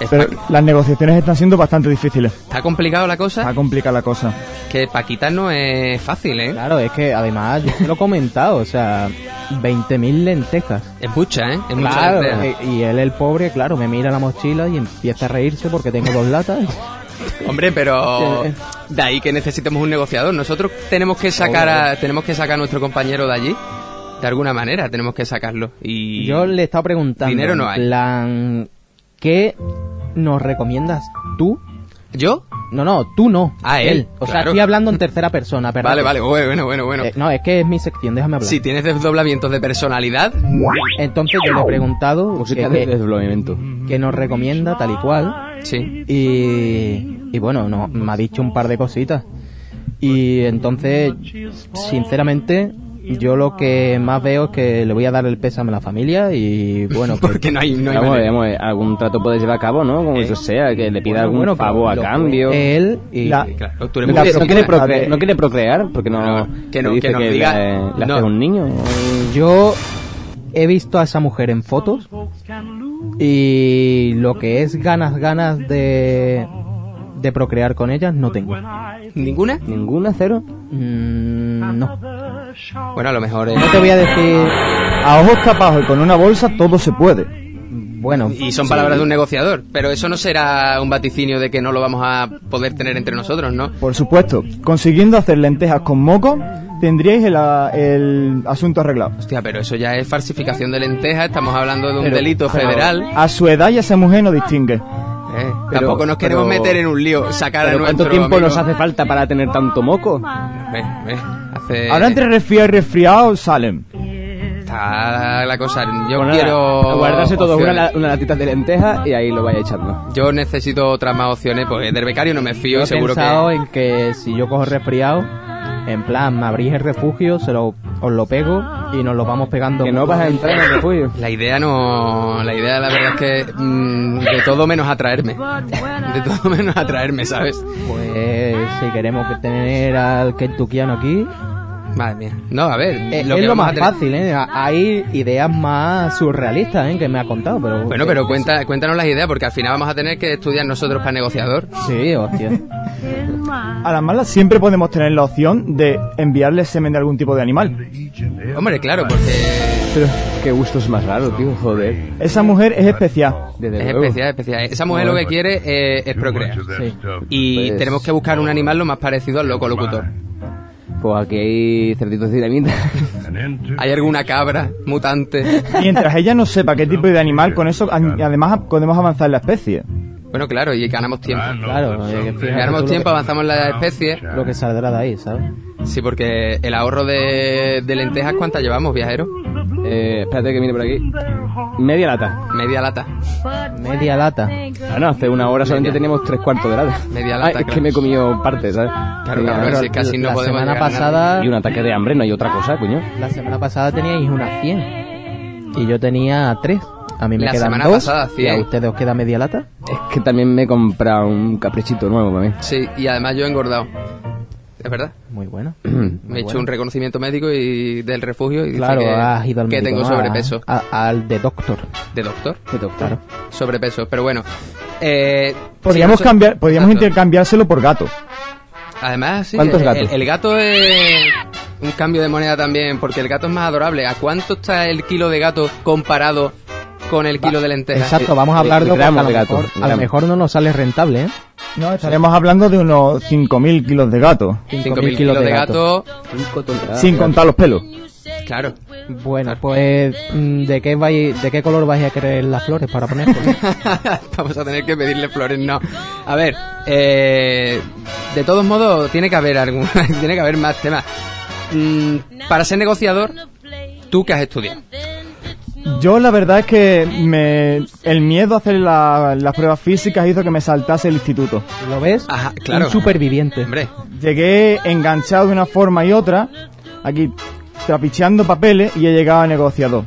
Speaker 1: Es
Speaker 5: Pero
Speaker 1: Paqui-
Speaker 5: las negociaciones están siendo bastante difíciles.
Speaker 1: Está complicado la cosa,
Speaker 5: Está complicada la cosa.
Speaker 1: que Paquita no es fácil, ¿eh?
Speaker 2: Claro, es que además, yo te lo he comentado, o sea, 20.000 lentejas.
Speaker 1: Es mucha, ¿eh? Es mucha
Speaker 2: Claro,
Speaker 1: idea.
Speaker 2: eh, y él, el pobre, claro, me mira la mochila y empieza a reírse porque tengo dos latas.
Speaker 5: Eh,
Speaker 1: Hombre, pero de ahí que necesitemos un negociador. Nosotros tenemos que sacar a, tenemos que sacar a nuestro compañero de allí. De alguna manera tenemos que sacarlo. Y
Speaker 2: Yo le he estado preguntando,
Speaker 1: Dinero no
Speaker 2: en
Speaker 1: hay.
Speaker 2: plan, ¿qué nos recomiendas tú?
Speaker 1: ¿Yo?
Speaker 2: No, no, tú no.
Speaker 1: Ah, él,
Speaker 2: O sea,
Speaker 1: claro.
Speaker 2: estoy hablando en tercera persona, perdón.
Speaker 1: Vale, vale, bueno, bueno, bueno.
Speaker 2: Eh, no, es que es mi sección, déjame hablar.
Speaker 1: si tienes desdoblamientos de personalidad,
Speaker 2: Entonces yo le he preguntado que, Mm.
Speaker 4: Música de desbloqueamiento.
Speaker 2: que nos recomienda tal y cual.
Speaker 1: sí.
Speaker 2: Y, y bueno, no, me ha dicho un par de cositas. Y entonces, sinceramente, yo lo que más veo es que le voy a dar el pésame a la familia y bueno, pues, que-
Speaker 1: Porque no hay, no hay
Speaker 4: vamos, a ver,
Speaker 1: manera.
Speaker 4: vamos a ver, algún trato puede llevar a cabo, ¿no? Como yo sea, que le pida
Speaker 2: bueno,
Speaker 4: algún
Speaker 2: bueno, que
Speaker 4: favor a
Speaker 2: lo-
Speaker 4: cambio. Eh,
Speaker 2: Él y
Speaker 5: La-
Speaker 1: Claro, tú eres
Speaker 4: no,
Speaker 1: muy
Speaker 4: quiere, no quiere
Speaker 1: sencilla.
Speaker 4: procre- no quiere procrear porque no,
Speaker 1: No, que
Speaker 4: le
Speaker 1: no-
Speaker 4: dice
Speaker 1: que nos diga-
Speaker 4: le- le
Speaker 1: no.
Speaker 4: hace un niño.
Speaker 2: yo he visto a esa mujer en fotos y lo que es ganas, ganas de, de procrear con ella, no tengo.
Speaker 1: ¿Ninguna?
Speaker 4: Ninguna, cero.
Speaker 2: Mm, no.
Speaker 1: Bueno, a lo mejor... eh,
Speaker 2: No te voy a decir...
Speaker 5: A ojos tapados y con una bolsa todo se puede.
Speaker 2: Bueno,
Speaker 1: Y son palabras de un negociador, pero eso no será un vaticinio de que no lo vamos a poder tener entre nosotros, ¿no?
Speaker 5: Por supuesto, consiguiendo hacer lentejas con moco, tendríais el, ah, el asunto arreglado.
Speaker 1: Hostia, pero eso ya es falsificación de lentejas, estamos hablando de un
Speaker 4: ah,
Speaker 1: delito federal.
Speaker 5: A su edad ya esa mujer no distingue.
Speaker 1: Eh, tampoco nos queremos
Speaker 4: pero-
Speaker 1: meter en un lío, sacar a
Speaker 4: Pero
Speaker 1: nuestro
Speaker 4: ¿cuánto tiempo
Speaker 1: amigo. Eh.
Speaker 4: nos hace falta para tener tanto moco?
Speaker 1: Ve, ve, hace-
Speaker 5: Ahora entre resfriado y resfriado salen.
Speaker 1: Está la cosa. Yo
Speaker 4: Pues nada,
Speaker 1: quiero.
Speaker 4: Guardarse todo una,
Speaker 1: opciones.
Speaker 4: una latita de lentejas y ahí lo vaya echando.
Speaker 1: Yo necesito otras más opciones, porque del becario no me fío
Speaker 2: yo
Speaker 1: y
Speaker 2: he
Speaker 1: seguro
Speaker 2: pensado
Speaker 1: que.
Speaker 2: en que si yo cojo resfriado, en plan, me abrís el refugio, se lo, os lo pego y nos lo vamos pegando.
Speaker 4: Que no vas a entrar en el refugio.
Speaker 1: La idea no. La idea, la verdad es que. mm, de todo menos atraerme. De todo menos atraerme, ¿sabes?
Speaker 2: Pues si queremos que tener al kentuckiano aquí,
Speaker 1: Madre mía. No, a ver.
Speaker 2: eh,
Speaker 1: lo
Speaker 2: es
Speaker 1: que
Speaker 2: lo
Speaker 1: vamos
Speaker 2: más
Speaker 1: a tener-
Speaker 2: fácil, ¿eh? A- Hay ideas más surrealistas, ¿eh? Que me ha contado, pero...
Speaker 1: Bueno, pero cuenta, cuéntanos las ideas, porque al final vamos a tener que estudiar nosotros para negociador.
Speaker 2: Sí, hostia.
Speaker 5: A las malas siempre podemos tener la opción de enviarle semen de algún tipo de animal.
Speaker 1: Hombre, claro, porque.
Speaker 4: Pero qué gusto es más raro, tío, joder.
Speaker 5: Esa mujer es especial.
Speaker 4: Desde
Speaker 1: Es
Speaker 4: luego.
Speaker 1: especial, es especial. Esa mujer lo que quiere eh, es procrear.
Speaker 2: Sí.
Speaker 1: Y
Speaker 4: Pues-
Speaker 1: tenemos que buscar un animal lo más parecido al loco locutor.
Speaker 4: Pues aquí hay cerditos de dinamita.
Speaker 1: ¿Hay alguna cabra mutante?
Speaker 5: Mientras ella no sepa qué tipo Este de animal, con eso a- además podemos avanzar en la especie.
Speaker 1: Bueno, claro, y ganamos tiempo.
Speaker 2: Claro, eh, que fíjate tú
Speaker 1: Ganamos
Speaker 2: lo
Speaker 1: tiempo,
Speaker 2: que-
Speaker 1: avanzamos en la especie.
Speaker 2: Lo que saldrá de ahí, ¿sabes?
Speaker 1: Sí, porque el ahorro de, de lentejas, ¿cuántas llevamos, viajero?
Speaker 4: Eh, espérate que mire por aquí. Media lata.
Speaker 1: Media lata.
Speaker 2: Media lata.
Speaker 4: Ah, no, hace una hora solamente teníamos tres cuartos de lata.
Speaker 1: Media
Speaker 4: Ay,
Speaker 1: lata,
Speaker 4: es
Speaker 1: claro.
Speaker 4: que me he comido parte, ¿sabes?
Speaker 1: Claro,
Speaker 4: Tenía-
Speaker 1: cabrón, si casi no
Speaker 2: la
Speaker 1: podemos
Speaker 2: semana
Speaker 1: llegar a nada.
Speaker 2: pasada...
Speaker 4: Y un ataque de hambre, no hay otra cosa, coño.
Speaker 2: La semana pasada teníais unas 100 y yo tenía 3. A mí me
Speaker 1: La
Speaker 2: quedan
Speaker 1: semana
Speaker 2: dos,
Speaker 1: pasada,
Speaker 2: y a
Speaker 1: 100.
Speaker 2: ustedes os queda media lata.
Speaker 4: Es que también me he comprado un caprichito nuevo para mí.
Speaker 1: Sí, y además yo he engordado. Es verdad.
Speaker 2: Muy buena.
Speaker 1: Me he hecho un reconocimiento médico y del refugio y dice
Speaker 2: Claro,
Speaker 1: que,
Speaker 2: has ido al
Speaker 1: que tengo
Speaker 2: médico, ¿no? Ah. A-
Speaker 1: sobrepeso.
Speaker 2: a- al de doctor.
Speaker 1: ¿De doctor?
Speaker 2: Claro.
Speaker 1: Sobrepeso. Pero bueno. Eh,
Speaker 5: Podríamos
Speaker 1: sí, no sé-
Speaker 5: cambiar, podríamos
Speaker 1: Exacto.
Speaker 5: intercambiárselo por gato.
Speaker 1: Además, sí,
Speaker 4: ¿Cuántos
Speaker 1: el,
Speaker 4: gatos?
Speaker 1: el gato es un cambio de moneda también, porque el gato es más adorable. ¿A cuánto está el kilo de gato comparado con el kilo de lenteja?
Speaker 2: Exacto, vamos a
Speaker 4: eh,
Speaker 2: hablarlo porque a
Speaker 4: gramos
Speaker 2: lo,
Speaker 4: de gato,
Speaker 2: mejor, a lo
Speaker 4: gramos.
Speaker 2: mejor no nos sale rentable, ¿eh?
Speaker 5: No, estaremos hablando de unos 5.000 kilos de gato,
Speaker 1: 5.000 kilos de gato.
Speaker 4: Cinco toneladas.
Speaker 5: sin contar los pelos.
Speaker 1: Claro.
Speaker 2: Bueno, pues mm, ¿de qué vais, de qué color vais a querer las flores para poner?
Speaker 1: Vamos a tener que pedirle flores, no. A ver, eh, de todos modos, tiene que haber algún, tiene que haber más temas. Mm, para ser negociador, tú que has estudiado.
Speaker 5: Yo la verdad es que me, el miedo a hacer la- las pruebas físicas hizo que me saltase el instituto.
Speaker 2: ¿Lo ves?
Speaker 1: Ajá, claro.
Speaker 2: Un superviviente.
Speaker 1: Hombre,
Speaker 5: Llegué enganchado de una forma y otra, aquí trapicheando papeles y he llegado a negociador.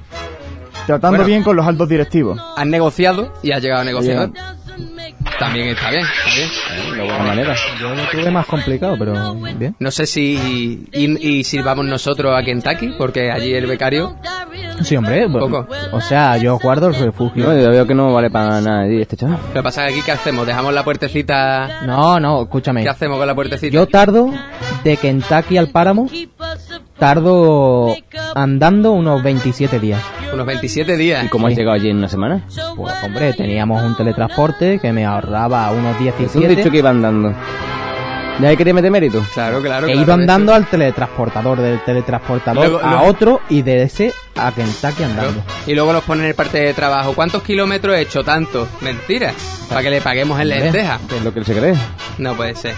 Speaker 5: Tratando
Speaker 1: Bueno.
Speaker 5: bien con los altos directivos.
Speaker 1: has negociado y has llegado a negociador. También está bien, está bien.
Speaker 4: De buena manera.
Speaker 2: Yo lo tuve más complicado, pero bien.
Speaker 1: No sé si y, y si vamos nosotros a Kentucky, porque allí el becario.
Speaker 2: Sí, hombre.
Speaker 1: Poco.
Speaker 2: O sea, yo guardo el refugio.
Speaker 4: No, yo veo que no vale para nada allí este chaval.
Speaker 1: Lo que pasa es que aquí, ¿qué hacemos? ¿Dejamos la puertecita?
Speaker 2: No, no, escúchame.
Speaker 1: ¿Qué hacemos con la puertecita?
Speaker 2: Yo tardo de Kentucky al páramo, tardo andando unos 27 días.
Speaker 1: Unos 27 días.
Speaker 4: ¿Y cómo has llegado allí en una semana?
Speaker 2: Pues hombre, teníamos un teletransporte que me ahorraba unos
Speaker 4: Tú has
Speaker 2: 17.
Speaker 4: dicho que iba andando. ¿Ya ahí quería meter mérito?
Speaker 1: Claro, claro.
Speaker 2: He
Speaker 1: claro,
Speaker 2: ido
Speaker 1: de hecho.
Speaker 2: e andando al teletransportador, del teletransportador
Speaker 1: Luego-
Speaker 2: a
Speaker 1: luego-
Speaker 2: otro y de ese a Kentucky andando.
Speaker 1: Y luego nos ponen el parte de trabajo. ¿Cuántos kilómetros he hecho? Tanto. Mentira. Para que le paguemos en
Speaker 2: Hombre.
Speaker 1: lenteja.
Speaker 4: Que Es lo que él se cree.
Speaker 1: No puede ser.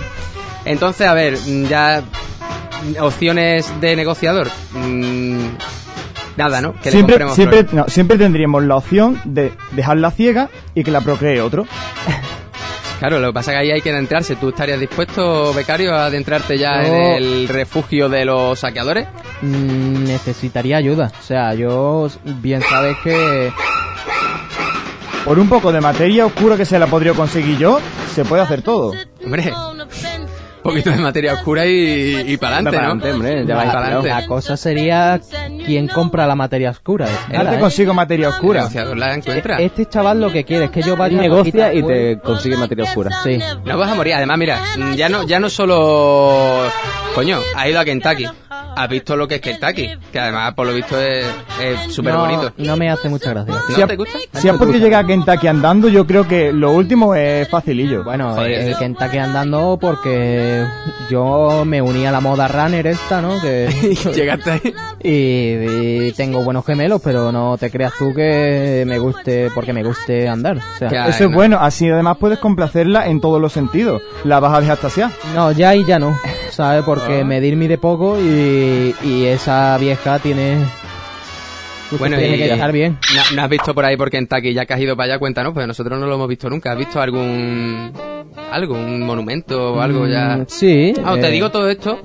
Speaker 1: Entonces, a ver, mm, ya. mm, Opciones de negociador. Mm, Nada, ¿no? Que le
Speaker 5: Siempre,
Speaker 1: compremos
Speaker 5: siempre,
Speaker 1: flores.
Speaker 5: no, siempre tendríamos la opción de dejarla ciega y que la procree otro.
Speaker 1: Claro, lo que pasa es que ahí hay que adentrarse. ¿Tú estarías dispuesto, becario, a adentrarte ya
Speaker 2: Yo-
Speaker 1: en el refugio de los saqueadores?
Speaker 2: Mm, necesitaría ayuda. O sea, yo bien sabes que
Speaker 5: Por un poco de materia oscura que se la podría conseguir yo, se puede hacer todo.
Speaker 1: Hombre, un poquito de materia oscura y, y para
Speaker 4: Anda
Speaker 1: adelante,
Speaker 4: pa'lante,
Speaker 1: ¿no?
Speaker 4: hombre, ya
Speaker 1: Va
Speaker 4: vais
Speaker 1: para
Speaker 4: claro.
Speaker 2: la
Speaker 1: adelante.
Speaker 2: cosa sería quién compra la materia oscura. Es
Speaker 5: Ahora
Speaker 2: cara,
Speaker 5: te
Speaker 2: ¿eh?
Speaker 5: consigo materia
Speaker 1: El
Speaker 5: oscura.
Speaker 1: negociador la encuentra.
Speaker 2: Este chaval lo que quiere es que yo vaya a pues,
Speaker 4: Negocia
Speaker 2: cajita
Speaker 4: y
Speaker 2: fuerte.
Speaker 4: te consigue materia oscura.
Speaker 2: Sí.
Speaker 1: No vas a morir. Además, mira, mm, ya no, ya no solo. Coño, ha ido a Kentucky. Has visto lo que es Kentucky. Que además, por lo visto, es es súper
Speaker 2: No,
Speaker 1: bonito.
Speaker 2: No me hace mucha gracia.
Speaker 1: ¿No
Speaker 5: Si a-
Speaker 1: te gusta?
Speaker 5: Si es porque llega a Kentucky andando, yo creo que lo último es facilillo.
Speaker 2: Bueno,
Speaker 1: Joder,
Speaker 2: el,
Speaker 1: tío.
Speaker 2: Kentucky eh, andando porque yo me uní a la moda runner esta, ¿no? Que,
Speaker 1: Llegaste ahí.
Speaker 2: y, y tengo buenos gemelos, pero no te creas tú que me guste porque me guste andar. O sea,
Speaker 1: Ya,
Speaker 5: Eso es
Speaker 1: no.
Speaker 5: bueno, así además puedes complacerla en todos los sentidos. La vas a dejar tasear.
Speaker 2: No, ya y ya no, ¿sabes?
Speaker 1: Ah.
Speaker 2: Porque medir mide poco y, y esa vieja tiene...
Speaker 1: Bueno,
Speaker 2: tiene
Speaker 1: y-
Speaker 2: que estar bien.
Speaker 1: No, no has visto por ahí por Kentucky, ya que has ido para allá, cuéntanos, pues nosotros no lo hemos visto nunca. ¿Has visto algún. algo, un monumento o algo ya.?
Speaker 2: Mm, Sí.
Speaker 1: Ah,
Speaker 2: eh, Mm.
Speaker 1: te digo todo esto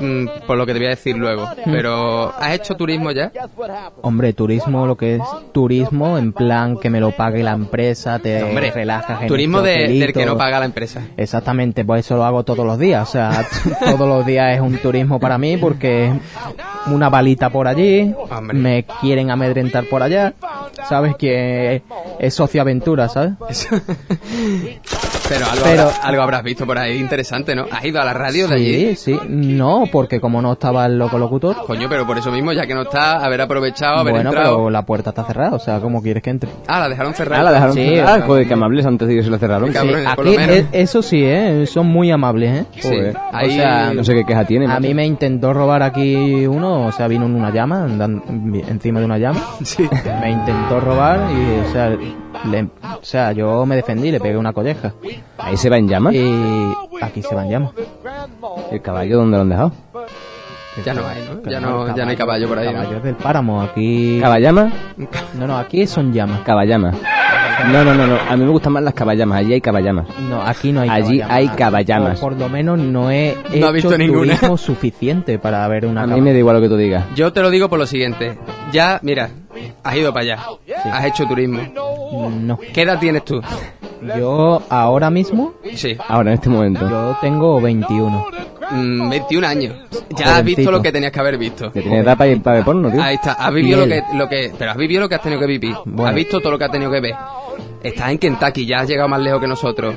Speaker 1: mm, por lo que te voy a decir luego. Pero, ¿has hecho turismo ya?
Speaker 2: Hombre, turismo, lo que es turismo, en plan que me lo pague la empresa, te
Speaker 1: Hombre,
Speaker 2: relajas en
Speaker 1: turismo
Speaker 2: este
Speaker 1: de- del
Speaker 2: hotelito.
Speaker 1: que no paga la empresa.
Speaker 2: Exactamente, pues eso lo hago todos los días. O sea, todos los días es un turismo para mí porque una balita por allí,
Speaker 1: Hombre.
Speaker 2: me quieren amedrentar por allá. Sabes que es socioaventura, ¿sabes?
Speaker 1: Pero algo,
Speaker 2: Pero-
Speaker 1: habrá- algo habrás visto por ahí interesante, ¿no? ¿Has ido a la radio de allí?
Speaker 2: Sí, sí. No, porque como no estaba el loco locutor,
Speaker 1: Coño, pero por eso mismo, ya que no está, haber aprovechado, haber
Speaker 2: bueno,
Speaker 1: entrado.
Speaker 2: pero la puerta está cerrada. O sea, ¿cómo quieres que entre?
Speaker 1: Ah, la dejaron cerrada.
Speaker 4: Ah, la dejaron
Speaker 2: Sí,
Speaker 4: cerrar.
Speaker 2: claro.
Speaker 4: Joder, que amables antes de ellos se la cerraron.
Speaker 1: Sí. Cabrones, por
Speaker 2: Aquí,
Speaker 1: lo menos.
Speaker 2: e- eso sí, ¿eh? Son muy amables, ¿eh?
Speaker 1: Sí,
Speaker 4: Joder.
Speaker 1: ahí-
Speaker 2: O sea,
Speaker 4: No sé qué queja tiene.
Speaker 2: A
Speaker 4: macho.
Speaker 2: mí me intentó robar aquí uno, o sea, vino en una llama, andan- encima de una llama.
Speaker 1: Sí.
Speaker 2: Me intentó robar y, o sea, le- o sea, yo me defendí, le pegué una colleja.
Speaker 4: Ahí se va en llamas.
Speaker 2: Y aquí se van llamas.
Speaker 4: ¿El caballo dónde lo han dejado?
Speaker 1: Ya no hay, ¿no? Ya no, ya no hay caballo por ahí, ¿no?
Speaker 2: Caballos del páramo, aquí...
Speaker 4: ¿Caballama?
Speaker 2: No, no, aquí son llamas.
Speaker 4: Caballama. No, no, no, no. A mí me gustan más las caballamas. Allí hay caballamas.
Speaker 2: No, aquí no hay
Speaker 4: Allí
Speaker 2: caballamas.
Speaker 4: hay caballamas.
Speaker 2: O Por lo menos no he hecho
Speaker 1: No ha visto ninguna.
Speaker 2: turismo suficiente para ver una
Speaker 4: A
Speaker 2: caballa.
Speaker 4: mí me da igual lo que tú digas.
Speaker 1: Yo te lo digo por lo siguiente. Ya, mira, has ido para allá. Has hecho turismo.
Speaker 2: No.
Speaker 1: ¿Qué edad tienes tú?
Speaker 2: Yo ahora mismo,
Speaker 1: Sí.
Speaker 4: Ahora, en este momento.
Speaker 2: yo tengo 21.
Speaker 1: Mm, 21 años. Ya has
Speaker 2: Jovencito.
Speaker 1: visto lo que tenías que haber visto.
Speaker 4: Que tienes edad para ir para ver porno, tío.
Speaker 1: Ahí está, has vivido lo
Speaker 2: Piel.
Speaker 1: que, lo que. Pero has vivido lo que has tenido que vivir.
Speaker 2: Bueno.
Speaker 1: Has visto todo lo que has tenido que ver. Estás en Kentucky, ya has llegado más lejos que nosotros.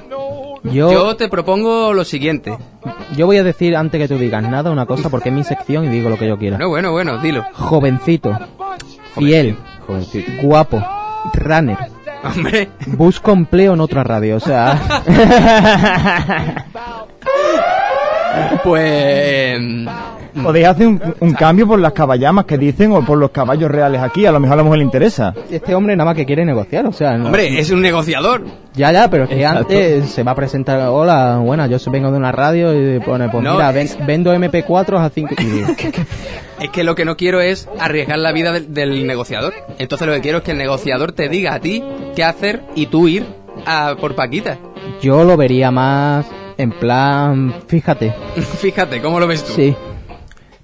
Speaker 2: Yo,
Speaker 1: Yo
Speaker 2: yo,
Speaker 1: te propongo lo siguiente.
Speaker 2: voy a decir antes que tú digas nada una cosa porque es mi sección y digo lo que yo quiera.
Speaker 1: Bueno, bueno, bueno, dilo.
Speaker 2: Jovencito, fiel,
Speaker 4: Jovencito.
Speaker 2: guapo, runner.
Speaker 1: Hombre,
Speaker 2: Busco empleo en otra radio, o sea,
Speaker 1: pues.
Speaker 5: Podéis hacer un, un cambio por las caballamas que dicen o por los caballos reales aquí. A lo mejor a la mujer le interesa.
Speaker 2: este hombre nada más que quiere negociar, o sea, no-
Speaker 1: Hombre, es un negociador.
Speaker 2: ya, ya, pero es que antes se va a presentar, hola, buena, yo soy- vengo de una radio y pone, pues
Speaker 1: No,
Speaker 2: mira,
Speaker 1: es-
Speaker 2: ven- vendo MP4 a 5
Speaker 1: Es que lo que no quiero es arriesgar la vida del, del negociador. Entonces lo que quiero es que el negociador te diga a ti qué hacer y tú ir a por Paquita.
Speaker 2: Yo lo vería más en plan, fíjate,
Speaker 1: Fíjate, ¿cómo lo ves tú?
Speaker 2: Sí.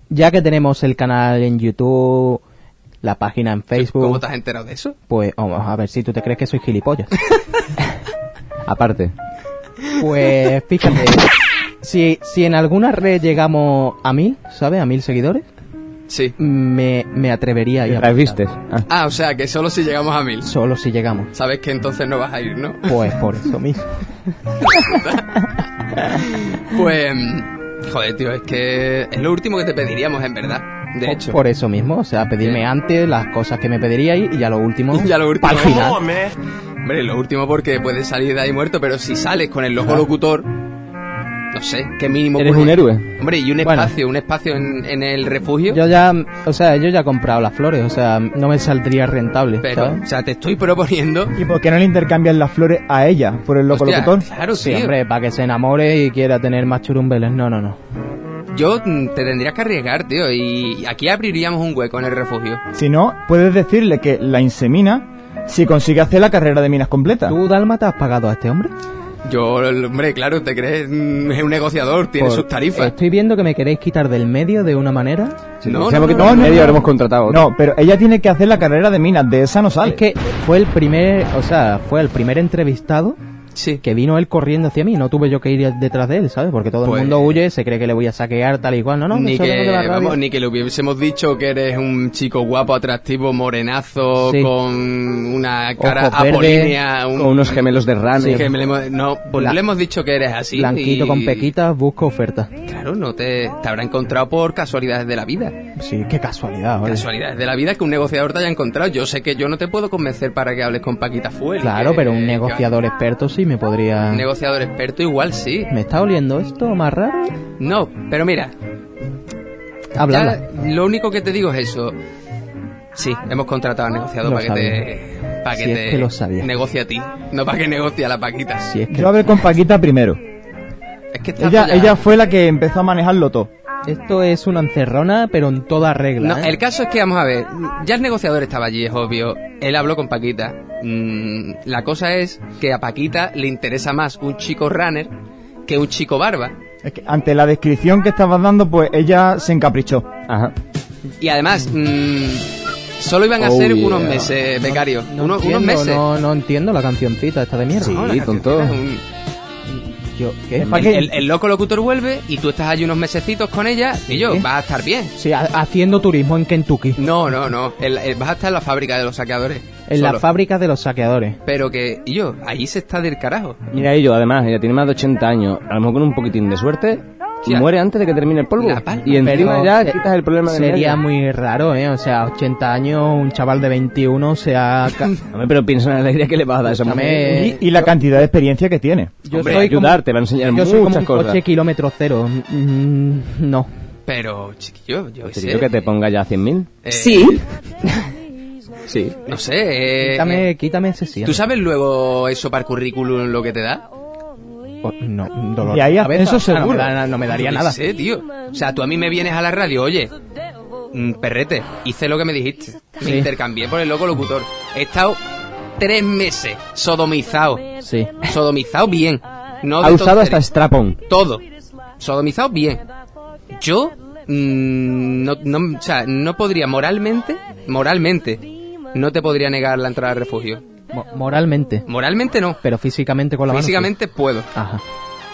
Speaker 2: Ya que tenemos el canal en YouTube, la página en
Speaker 1: ¿Cómo
Speaker 2: Facebook, oh,
Speaker 1: te has enterado de eso?
Speaker 2: pues vamos a ver si tú te crees que soy gilipollas.
Speaker 4: Aparte.
Speaker 2: Pues fíjate, si, si en alguna red llegamos a mil, ¿sabes? A mil seguidores,
Speaker 1: Sí.
Speaker 2: me, me atrevería a ir a
Speaker 4: ¿Las viste?
Speaker 2: preguntar.
Speaker 4: Ah.
Speaker 1: Ah, o sea, que solo si llegamos a mil.
Speaker 2: Solo si llegamos.
Speaker 1: Sabes que entonces no vas a ir, ¿no?
Speaker 2: Pues por eso mismo.
Speaker 1: Pues... mm, Joder, tío, es que es lo último que te pediríamos, en verdad. De hecho.
Speaker 2: Por eso mismo, o sea, pedirme
Speaker 1: Bien.
Speaker 2: antes las cosas que me pediríais y ya lo último.
Speaker 1: Ya lo último.
Speaker 2: Al final.
Speaker 1: Hombre, lo último porque puedes salir de ahí muerto, pero si sales con el ojo locutor, no sé, qué mínimo.
Speaker 4: Eres
Speaker 1: puede-
Speaker 4: un héroe.
Speaker 1: Hombre, y un
Speaker 2: Bueno.
Speaker 1: espacio, un espacio en, en el refugio.
Speaker 2: Yo ya, o sea, yo ya he comprado las flores, o sea, no me saldría rentable.
Speaker 1: pero,
Speaker 2: ¿sabes?
Speaker 1: o sea, te estoy proponiendo.
Speaker 5: ¿Y por qué no le intercambian las flores a ella por el loco
Speaker 1: Hostia,
Speaker 5: locutor?
Speaker 1: claro,
Speaker 2: Sí,
Speaker 1: tío.
Speaker 2: hombre, para que se enamore y quiera tener más churumbeles. No, no, no.
Speaker 1: Yo mm, te tendrías que arriesgar, tío, y aquí abriríamos un hueco en el refugio.
Speaker 5: Si no, puedes decirle que la insemina si consigue hacer la carrera de minas completa.
Speaker 2: ¿Tú, Dalma, te has pagado a este hombre?
Speaker 1: Yo, el- hombre, claro, te crees mm, es un negociador, tiene
Speaker 2: Por-
Speaker 1: sus tarifas.
Speaker 2: Estoy viendo que me queréis quitar del medio de una manera.
Speaker 4: Si
Speaker 1: No,
Speaker 4: no,
Speaker 1: no,
Speaker 4: que
Speaker 1: no,
Speaker 4: todo
Speaker 5: no,
Speaker 4: medio
Speaker 5: no.
Speaker 4: habremos contratado.
Speaker 5: No, pero ella tiene que hacer la carrera de minas, de esa no sale.
Speaker 2: Es que fue el primer, o sea, fue el primer entrevistado
Speaker 1: Sí.
Speaker 2: que vino él corriendo hacia mí. No tuve yo que ir detrás de él, ¿sabes? Porque todo
Speaker 1: Pues-
Speaker 2: el mundo huye, se cree que le voy a saquear tal y cual. No, no,
Speaker 1: ni
Speaker 2: eso vengo de la
Speaker 1: que,
Speaker 2: radio.
Speaker 1: vamos, ni que le hubiésemos dicho que eres un chico guapo, atractivo, morenazo,
Speaker 2: Sí.
Speaker 1: con una
Speaker 2: Ojos
Speaker 1: cara
Speaker 2: verdes,
Speaker 1: apolínea, un-
Speaker 4: Con unos gemelos de rana.
Speaker 1: Sí, que me le hemos- no, pues
Speaker 2: Bla-
Speaker 1: le hemos dicho que eres así.
Speaker 2: Blanquito
Speaker 1: y-
Speaker 2: con pequitas, busco ofertas.
Speaker 1: Claro, no te, te habrá encontrado por casualidades de la vida.
Speaker 2: Sí, qué casualidad, oye.
Speaker 1: Casualidades de la vida que un negociador te haya encontrado. Yo sé que yo no te puedo convencer para que hables con Paquita Fuel.
Speaker 2: Claro,
Speaker 1: que-
Speaker 2: pero un
Speaker 1: que-
Speaker 2: negociador experto sí me podría...
Speaker 1: un negociador experto igual sí.
Speaker 2: ¿Me está oliendo esto más raro?
Speaker 1: No, pero mira,
Speaker 2: Hablarla.
Speaker 1: ya lo único que te digo es eso. Sí, hemos contratado al negociador
Speaker 2: Lo
Speaker 1: para que te... Para
Speaker 2: Si
Speaker 1: que
Speaker 2: es
Speaker 1: te
Speaker 2: que lo sabía.
Speaker 1: negocie a ti, no para que negocie a la Paquita.
Speaker 2: Si es que
Speaker 5: Yo hablé con Paquita primero.
Speaker 1: Es que está
Speaker 5: Ella,
Speaker 1: ya-
Speaker 5: ella fue la que empezó a manejarlo todo.
Speaker 2: esto es una encerrona, pero en toda regla.
Speaker 1: No,
Speaker 2: ¿eh?
Speaker 1: el caso es que, vamos a ver, ya el negociador estaba allí, es obvio. Él habló con Paquita. Mm, la cosa es que a Paquita le interesa más un chico runner que un chico barba.
Speaker 5: Es que ante la descripción que estabas dando, pues ella se encaprichó.
Speaker 4: Ajá.
Speaker 1: Y además, mm, solo iban a
Speaker 4: Oh,
Speaker 1: ser
Speaker 4: yeah.
Speaker 1: unos meses, becario.
Speaker 2: No
Speaker 1: unos, unos
Speaker 2: entiendo,
Speaker 1: meses.
Speaker 2: No, no entiendo la cancioncita esta de mierda.
Speaker 4: Sí,
Speaker 1: No, la
Speaker 4: tonto.
Speaker 1: canción era un-
Speaker 2: Yo, ¿qué?
Speaker 1: El, el- el loco locutor vuelve y tú estás allí unos mesecitos con ella y yo, vas a estar bien.
Speaker 2: Sí, ha- haciendo turismo en Kentucky.
Speaker 1: No, no, no. el- el- vas a estar en la fábrica de los saqueadores.
Speaker 2: En las
Speaker 1: solo.
Speaker 2: fábricas de los saqueadores.
Speaker 1: Pero que, y yo, ahí se está del carajo.
Speaker 4: Mira ello, además, ella tiene más de 80 años. A lo mejor con un poquitín de suerte
Speaker 1: Tía.
Speaker 4: muere antes de que termine el polvo.
Speaker 1: La palma.
Speaker 4: Y encima
Speaker 2: Pero
Speaker 4: ya
Speaker 2: se-
Speaker 4: quitas el problema de
Speaker 2: Sería muy raro, ¿eh? O sea, 80 años, un chaval de 21 se ha... ca-
Speaker 4: Hombre, pero piensa en la alegría que le vas a dar a esa mujer.
Speaker 2: Escúchame,
Speaker 5: y, y la cantidad de experiencia que tiene.
Speaker 2: yo
Speaker 4: Hombre,
Speaker 2: soy como-
Speaker 4: ayudarte, va a enseñar
Speaker 2: yo
Speaker 4: muchas
Speaker 2: soy como un
Speaker 4: cosas.
Speaker 2: coche kilómetro cero. Mm, no.
Speaker 1: Pero, chiquillo, yo qué
Speaker 4: Te
Speaker 1: sé.
Speaker 4: digo que te ponga ya 100.000.
Speaker 1: eh,
Speaker 4: Sí.
Speaker 1: No sé. eh,
Speaker 2: Quítame,
Speaker 1: eh,
Speaker 2: quítame ese sí.
Speaker 1: ¿Tú sabes luego eso para el currículum lo que te da?
Speaker 2: Oh, No, un dolor.
Speaker 5: Y ahí
Speaker 2: de cabeza.
Speaker 5: ascenso
Speaker 2: Ah, no me
Speaker 5: seguro.
Speaker 2: da- no me daría
Speaker 1: Yo qué
Speaker 2: nada.
Speaker 1: sé, tío. O sea, tú a mí me vienes a la radio, oye, mm, perrete, hice lo que me dijiste. Me
Speaker 2: Sí.
Speaker 1: intercambié por el loco locutor. He estado tres meses sodomizado.
Speaker 2: Sí.
Speaker 1: Sodomizado bien. No
Speaker 4: ha
Speaker 1: de
Speaker 4: usado hasta
Speaker 1: tonterías.
Speaker 4: strapón.
Speaker 1: todo. Sodomizado bien. Yo mm, no, no, o sea, no podría moralmente, moralmente, no te podría negar la entrada al refugio.
Speaker 2: Mo- moralmente.
Speaker 1: Moralmente no.
Speaker 2: Pero físicamente con la mano, sí.
Speaker 1: Físicamente puedo,
Speaker 2: Ajá.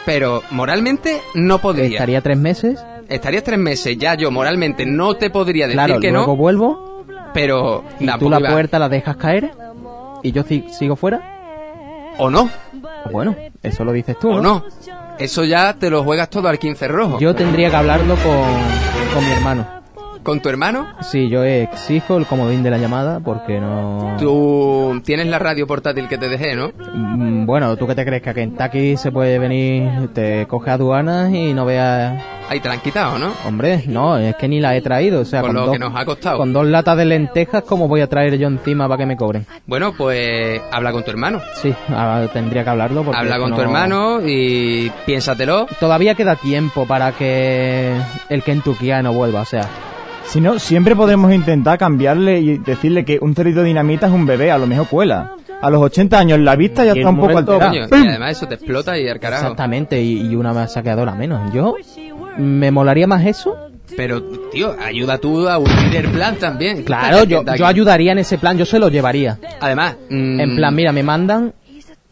Speaker 1: pero moralmente no podría.
Speaker 2: Estaría tres meses.
Speaker 1: Estarías tres meses ya yo moralmente no te podría decir
Speaker 2: Claro,
Speaker 1: que
Speaker 2: luego
Speaker 1: no, pues
Speaker 2: vuelvo.
Speaker 1: pero
Speaker 2: Y tú
Speaker 1: tampoco
Speaker 2: la
Speaker 1: iba-
Speaker 2: puerta la dejas caer. Y yo si- sigo fuera. Pues
Speaker 1: o no,
Speaker 2: Bueno, eso lo dices tú.
Speaker 1: o no. Eso ya te lo juegas todo al 15 rojo.
Speaker 2: Yo tendría que hablarlo con, con mi hermano.
Speaker 1: Con tu hermano,
Speaker 2: Sí, yo exijo el comodín de la llamada porque no.
Speaker 1: tú tienes la radio portátil que te dejé, ¿no?
Speaker 2: Mm, Bueno, ¿tú qué te crees? Que a Kentucky se puede venir, te coge aduanas y no veas.
Speaker 1: Ahí te la han quitado, ¿no?
Speaker 2: Hombre, no, es que ni la he traído. O sea,
Speaker 1: Por
Speaker 2: con
Speaker 1: lo
Speaker 2: dos,
Speaker 1: que nos ha costado.
Speaker 2: Con dos latas de lentejas, ¿cómo voy a traer yo encima para que me cobren?
Speaker 1: Bueno, pues habla con tu hermano.
Speaker 2: Sí, ahora tendría que hablarlo. Porque
Speaker 1: Habla
Speaker 2: esto
Speaker 1: con tu
Speaker 2: no-
Speaker 1: hermano y piénsatelo.
Speaker 2: Todavía queda tiempo para que el kentuckiano vuelva, o sea.
Speaker 5: Si no, siempre podemos intentar cambiarle y decirle que un cerrito de dinamita es un bebé, a lo mejor cuela. A los 80 años la vista ya
Speaker 2: Y
Speaker 5: está
Speaker 2: en
Speaker 5: un poco
Speaker 2: un momento,
Speaker 5: alterada.
Speaker 1: Coño, y
Speaker 5: ¡Pum!
Speaker 1: además eso te explota y al carajo.
Speaker 2: Exactamente, y, y una saqueadora menos. Yo me molaría más eso.
Speaker 1: Pero, tío, ayuda tú a unir el plan también.
Speaker 2: Claro, yo, yo
Speaker 1: ayudo
Speaker 2: ayudaría en ese plan, yo se lo llevaría.
Speaker 1: Además, mm,
Speaker 2: En plan, mira, me mandan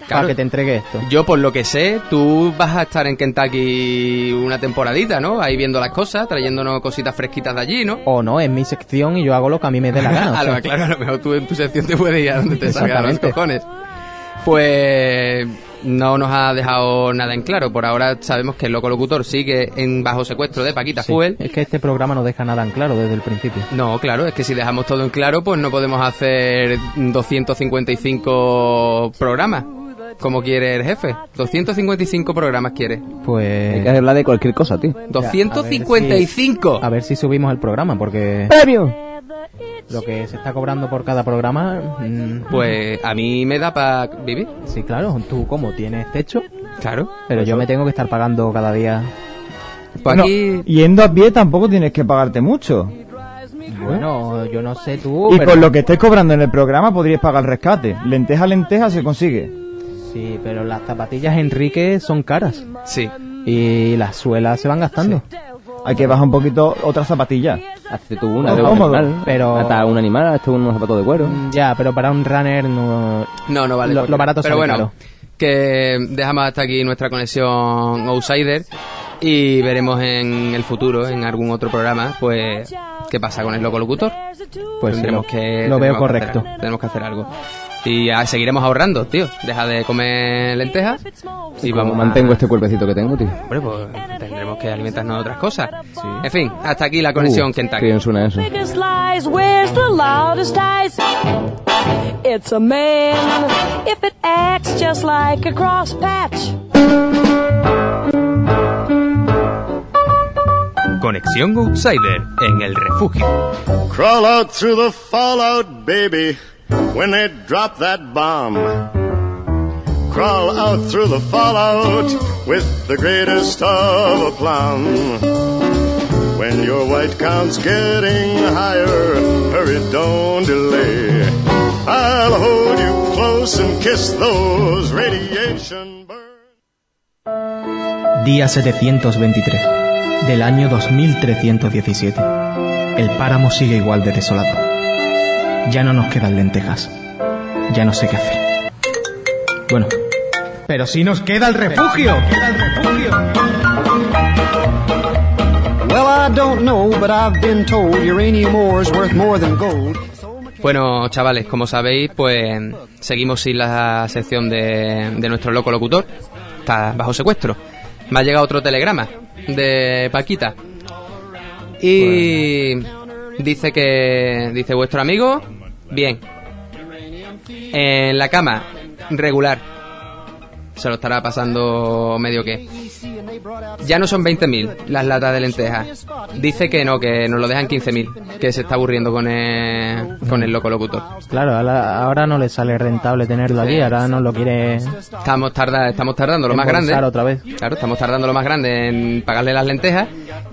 Speaker 2: para que te entregue esto.
Speaker 1: Yo, por lo que sé, tú vas a estar en Kentucky una temporadita, ¿no? Ahí viendo las cosas, trayéndonos cositas fresquitas de allí, ¿no?
Speaker 2: O no, es mi sección y yo hago lo que a mí me dé la gana. o
Speaker 1: a
Speaker 2: sea.
Speaker 1: lo, claro, a lo mejor tú en tu sección te puedes ir a donde te salgan los cojones. Pues no nos ha dejado nada en claro. Por ahora sabemos que el loco locutor sigue en bajo secuestro de Paquita
Speaker 2: Sí,
Speaker 1: Fuel.
Speaker 2: Es que este programa no deja nada en claro desde el principio.
Speaker 1: No, claro, es que si dejamos todo en claro, pues no podemos hacer 255 programas, como quiere el jefe. 255 programas quiere.
Speaker 8: Hay que
Speaker 2: Pues
Speaker 8: hablar de cualquier cosa, tío.
Speaker 1: 255.
Speaker 2: a ver si subimos el programa porque
Speaker 9: ¡Premio!
Speaker 2: lo que se está cobrando por cada programa mm,
Speaker 1: Pues a mí me da para vivir,
Speaker 2: sí, claro, tú como tienes techo,
Speaker 1: claro.
Speaker 2: pero yo me tengo que estar pagando cada día.
Speaker 1: Pues
Speaker 5: No,
Speaker 1: aquí
Speaker 5: yendo a pie tampoco tienes que pagarte mucho.
Speaker 2: Bueno, yo no sé
Speaker 1: Uh,
Speaker 2: tú,
Speaker 5: y
Speaker 2: pero
Speaker 5: con lo que estés cobrando en el programa podrías pagar rescate. Lenteja a lenteja se consigue.
Speaker 2: sí, pero las zapatillas Enrique son caras
Speaker 1: sí.
Speaker 2: y las suelas se van gastando.
Speaker 5: Hay que bajar un poquito otra zapatilla.
Speaker 8: Hazte tú una
Speaker 5: Oh,
Speaker 8: de un
Speaker 5: cómodo.
Speaker 8: animal.
Speaker 2: Pero-
Speaker 8: Hasta un animal, hazte unos zapatos de cuero.
Speaker 2: Ya, pero para un runner no
Speaker 1: No, no vale.
Speaker 2: Lo-
Speaker 1: porque-
Speaker 2: lo barato
Speaker 1: Pero
Speaker 2: sale
Speaker 1: bueno,
Speaker 2: caro.
Speaker 1: que dejamos hasta aquí nuestra conexión Outsider y veremos en el futuro, en algún otro programa, pues qué pasa con el loco locutor.
Speaker 2: pues sí,
Speaker 1: Tendremos
Speaker 2: lo-
Speaker 1: que tenemos
Speaker 2: lo veo
Speaker 1: que hacer
Speaker 2: correcto.
Speaker 1: algo, tenemos que hacer algo. Y ah, seguiremos ahorrando, tío. Deja de comer lentejas y
Speaker 8: Como
Speaker 1: vamos
Speaker 8: mantengo
Speaker 1: a-
Speaker 8: este cuerpecito que tengo, tío.
Speaker 1: Hombre, pues tendremos que alimentarnos de otras cosas. En fin, hasta aquí la conexión
Speaker 8: Uh, Qué
Speaker 1: Kentucky.
Speaker 8: bien suena eso.
Speaker 4: biggest lies, wears the loudest ties. It's a man if it acts just like a cross patch.
Speaker 10: Conexión Outsider en el refugio.
Speaker 11: Crawl out through the fallout, baby, when they drop that bomb. Crawl out through the fallout with the greatest of aplomb. When your white count's getting higher, hurry, don't delay. I'll hold you close and kiss those radiation burns.
Speaker 2: Día 723 del año 2317. El páramo sigue igual de desolado. Ya no nos quedan lentejas. Ya no sé qué hacer. Bueno, pero sí nos queda el refugio.
Speaker 12: Well, I don't know, but I've been told uranium ore is worth more than gold.
Speaker 1: Bueno, chavales, como sabéis, pues seguimos sin la sección de, de nuestro loco locutor. Está bajo secuestro. Me ha llegado otro telegrama de Paquita. Y dice que. Dice vuestro amigo. Bien. En la cama. Regular. Se lo estará pasando medio que. Ya no son 20.000 las latas de lentejas. Dice que no, que nos lo dejan 15.000. Que se está aburriendo con el, con el loco locutor.
Speaker 2: Claro, ahora ahora no le sale rentable tenerlo allí, ahora no lo quiere
Speaker 1: Estamos, tarda, estamos tardando lo más grande.
Speaker 2: embolsar otra vez.
Speaker 1: Claro, estamos tardando lo más grande en pagarle las lentejas.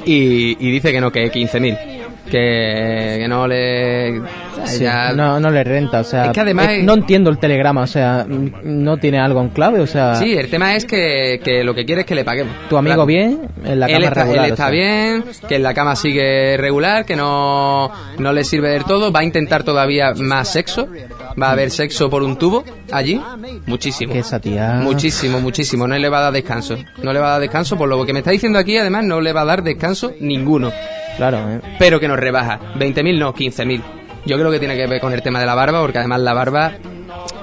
Speaker 1: Y, y dice que no, que 15.000. Que, que no le.
Speaker 2: Sí,
Speaker 1: ya-
Speaker 2: no, no le renta, o sea, eh,
Speaker 1: Es que además es-
Speaker 2: no entiendo el telegrama, o sea, mm, no tiene algo en clave, o sea,
Speaker 1: Sí, el tema es que, que lo que quiere es que le paguemos.
Speaker 2: tu amigo
Speaker 1: Claro.
Speaker 2: bien, en la
Speaker 1: él
Speaker 2: cama
Speaker 1: está,
Speaker 2: regular,
Speaker 1: él
Speaker 2: o
Speaker 1: está
Speaker 2: sea.
Speaker 1: bien, que en la cama sigue regular, que no, no le sirve del todo. Va a intentar todavía más sexo. Va a haber sexo por un tubo allí. Muchísimo.
Speaker 2: Que esa tía-
Speaker 1: Muchísimo, muchísimo. No le va a dar descanso. No le va a dar descanso. Por lo que me está diciendo aquí, además, no le va a dar descanso ninguno.
Speaker 2: Claro, eh.
Speaker 1: Pero que nos rebaja. 20.000, no, 15.000. Yo creo que tiene que ver con el tema de la barba, porque además la barba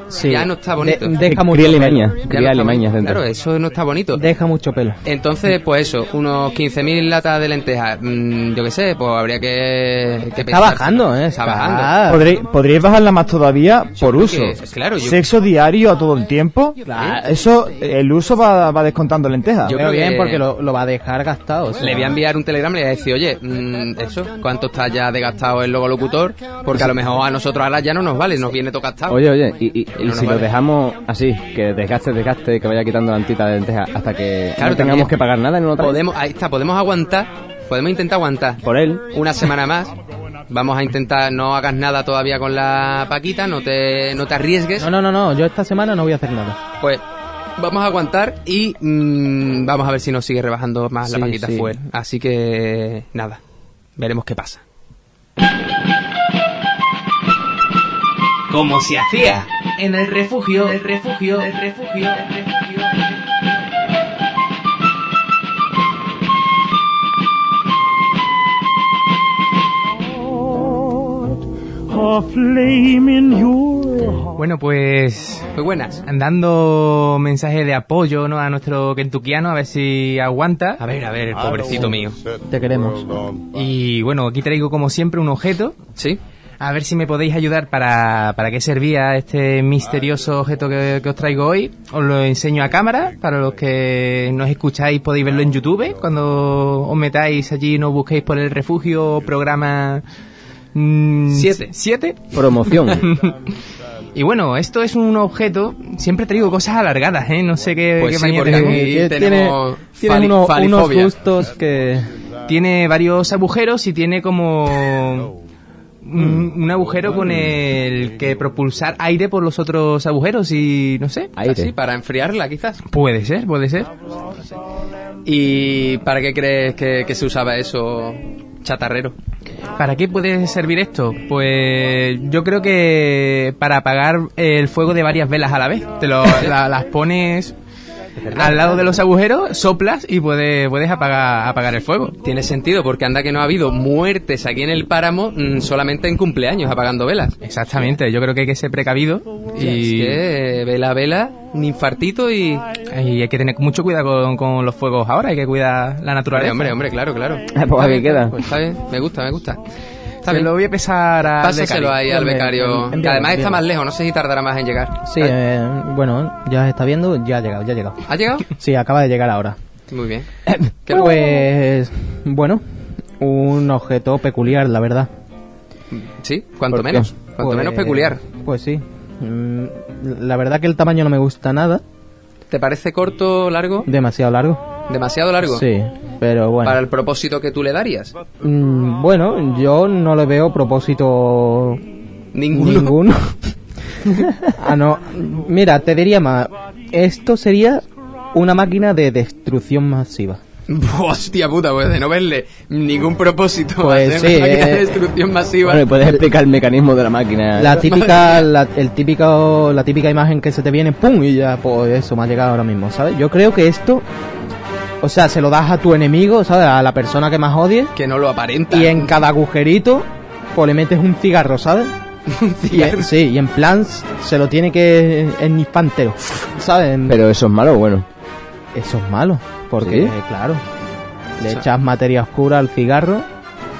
Speaker 2: Sí.
Speaker 1: Ya no está bonito.
Speaker 2: De- deja, mucho
Speaker 8: Cría
Speaker 2: pelo.
Speaker 8: limaña.
Speaker 1: ya no
Speaker 8: Cría
Speaker 1: está bonito.
Speaker 8: limañas dentro.
Speaker 1: Claro, eso no está bonito.
Speaker 2: deja mucho pelo.
Speaker 1: Entonces, pues eso, unos 15.000 latas de lentejas, mm, yo qué sé, pues habría que, que
Speaker 2: Está bajando, ¿eh?
Speaker 1: Está bajando.
Speaker 2: Ah,
Speaker 5: Podré- podríais bajarla más todavía por
Speaker 1: creo
Speaker 5: uso.
Speaker 1: que- claro, yo-
Speaker 5: Sexo diario a todo el tiempo. Eso, el uso va, va descontando lentejas.
Speaker 1: Yo-
Speaker 2: Pero
Speaker 1: creo
Speaker 2: bien,
Speaker 1: que-
Speaker 2: porque lo, lo va a dejar gastado. o sea.
Speaker 1: Le voy a enviar un telegrama y le voy a decir, oye, mm, eso, ¿cuánto está ya desgastado el logo locutor? Porque a lo mejor a nosotros ahora ya no nos vale, nos viene todo gastado.
Speaker 8: Oye, oye, y, y- y
Speaker 1: no
Speaker 8: si
Speaker 1: vale.
Speaker 8: lo dejamos así, que desgaste, desgaste, que vaya quitando la antita de lenteja hasta que
Speaker 1: Claro,
Speaker 8: no tengamos
Speaker 1: también.
Speaker 8: que pagar nada en una otra vez.
Speaker 1: podemos, ahí está, podemos aguantar, podemos intentar aguantar.
Speaker 8: Por él.
Speaker 1: Una semana más. Vamos a intentar, no hagas nada todavía con la paquita, no te, no te arriesgues.
Speaker 2: No, no, no, no, yo esta semana no voy a hacer nada.
Speaker 1: Pues vamos a aguantar y mm, vamos a ver si nos sigue rebajando más la
Speaker 2: Sí,
Speaker 1: paquita
Speaker 2: sí.
Speaker 1: fuel. Así que nada, veremos qué pasa.
Speaker 2: como se hacía en el refugio, el refugio, el refugio, el refugio. Bueno, pues, pues buenas. Dando mensaje de apoyo ¿no? a nuestro kentuckiano, a ver si aguanta. A ver, a ver, pobrecito mío.
Speaker 11: Te queremos.
Speaker 2: Y bueno, aquí traigo como siempre un objeto.
Speaker 1: Sí.
Speaker 2: A ver si me podéis ayudar para, para qué servía este misterioso objeto que, que, os traigo hoy. Os lo enseño a cámara. Para los que nos escucháis podéis verlo en YouTube. Cuando os metáis allí no busquéis por el refugio programa... 7. 7.
Speaker 4: Promoción.
Speaker 2: y bueno, esto es un objeto. Siempre traigo cosas alargadas, ¿eh? No sé qué,
Speaker 1: pues
Speaker 2: qué
Speaker 1: sí, manía porque aquí tenemos
Speaker 11: Eh, tiene, tiene uno, unos gustos que.
Speaker 2: Eh, Tiene varios agujeros y tiene como. Un, un, agujero con el que propulsar aire por los otros agujeros y no sé.
Speaker 1: Aire. Así, para enfriarla quizás.
Speaker 2: Puede ser, puede ser.
Speaker 1: ¿Y para qué crees que, que se usaba eso chatarrero?
Speaker 2: ¿Para qué puede servir esto? Pues yo creo que para apagar el fuego de varias velas a la vez. Te lo, la, las pones al lado de los agujeros, soplas y puedes, puedes apagar, apagar el fuego.
Speaker 1: Tiene sentido, porque anda que no ha habido muertes aquí en el páramo mmm, solamente en cumpleaños apagando velas.
Speaker 2: Exactamente, yo creo que hay que ser precavido.
Speaker 1: Y, y es que vela a vela, un infartito y...
Speaker 2: Y hay que tener mucho cuidado con, con los fuegos ahora, hay que cuidar la naturaleza.
Speaker 1: Hombre, hombre, hombre claro, claro.
Speaker 4: Ah, pues ahí queda.
Speaker 1: Pues está bien, me gusta, me gusta.
Speaker 2: Está Lo voy a pesar al
Speaker 1: Pásaselo ahí al becario. que además está más lejos, no sé si tardará más en llegar.
Speaker 11: Sí, eh, bueno, ya se está viendo, ya ha llegado, ya ha llegado.
Speaker 1: ¿Ha llegado?
Speaker 11: Sí, acaba de llegar ahora.
Speaker 1: Muy bien.
Speaker 11: ¿Qué pues, bueno, un objeto peculiar, la verdad.
Speaker 1: Sí, cuanto menos. Cuanto
Speaker 11: pues,
Speaker 1: menos peculiar.
Speaker 11: Pues sí. Mm, La verdad que el tamaño no me gusta nada.
Speaker 1: ¿Te parece corto, largo?
Speaker 11: Demasiado largo.
Speaker 1: ¿Demasiado largo?
Speaker 11: Sí, pero bueno.
Speaker 1: ¿Para el propósito que tú le darías?
Speaker 11: Mm, bueno, yo no le veo propósito.
Speaker 1: Ninguno.
Speaker 11: Ninguno. ah, no. Mira, te diría más. Esto sería una máquina de destrucción masiva.
Speaker 1: Hostia puta, pues de no verle ningún propósito.
Speaker 11: Pues
Speaker 1: sí, una máquina eh, de destrucción masiva.
Speaker 4: Bueno, ¿puedes explicar el mecanismo de la máquina?
Speaker 11: La típica, la, el típico, la típica imagen que se te viene, pum, y ya, pues eso, me ha llegado ahora mismo, ¿sabes? Yo creo que esto o sea, se lo das a tu enemigo, ¿sabes? A la persona que más odies.
Speaker 1: Que no lo aparenta.
Speaker 11: Y en cada agujerito, pues le metes un cigarro, ¿sabes?
Speaker 1: ¿Un cigarro?
Speaker 11: Y, sí, y en plan se lo tiene que ennispar entero, ¿sabes?
Speaker 4: Pero eso es malo, bueno.
Speaker 11: Eso es malo, porque, ¿Sí? claro, le o sea, echas materia oscura al cigarro.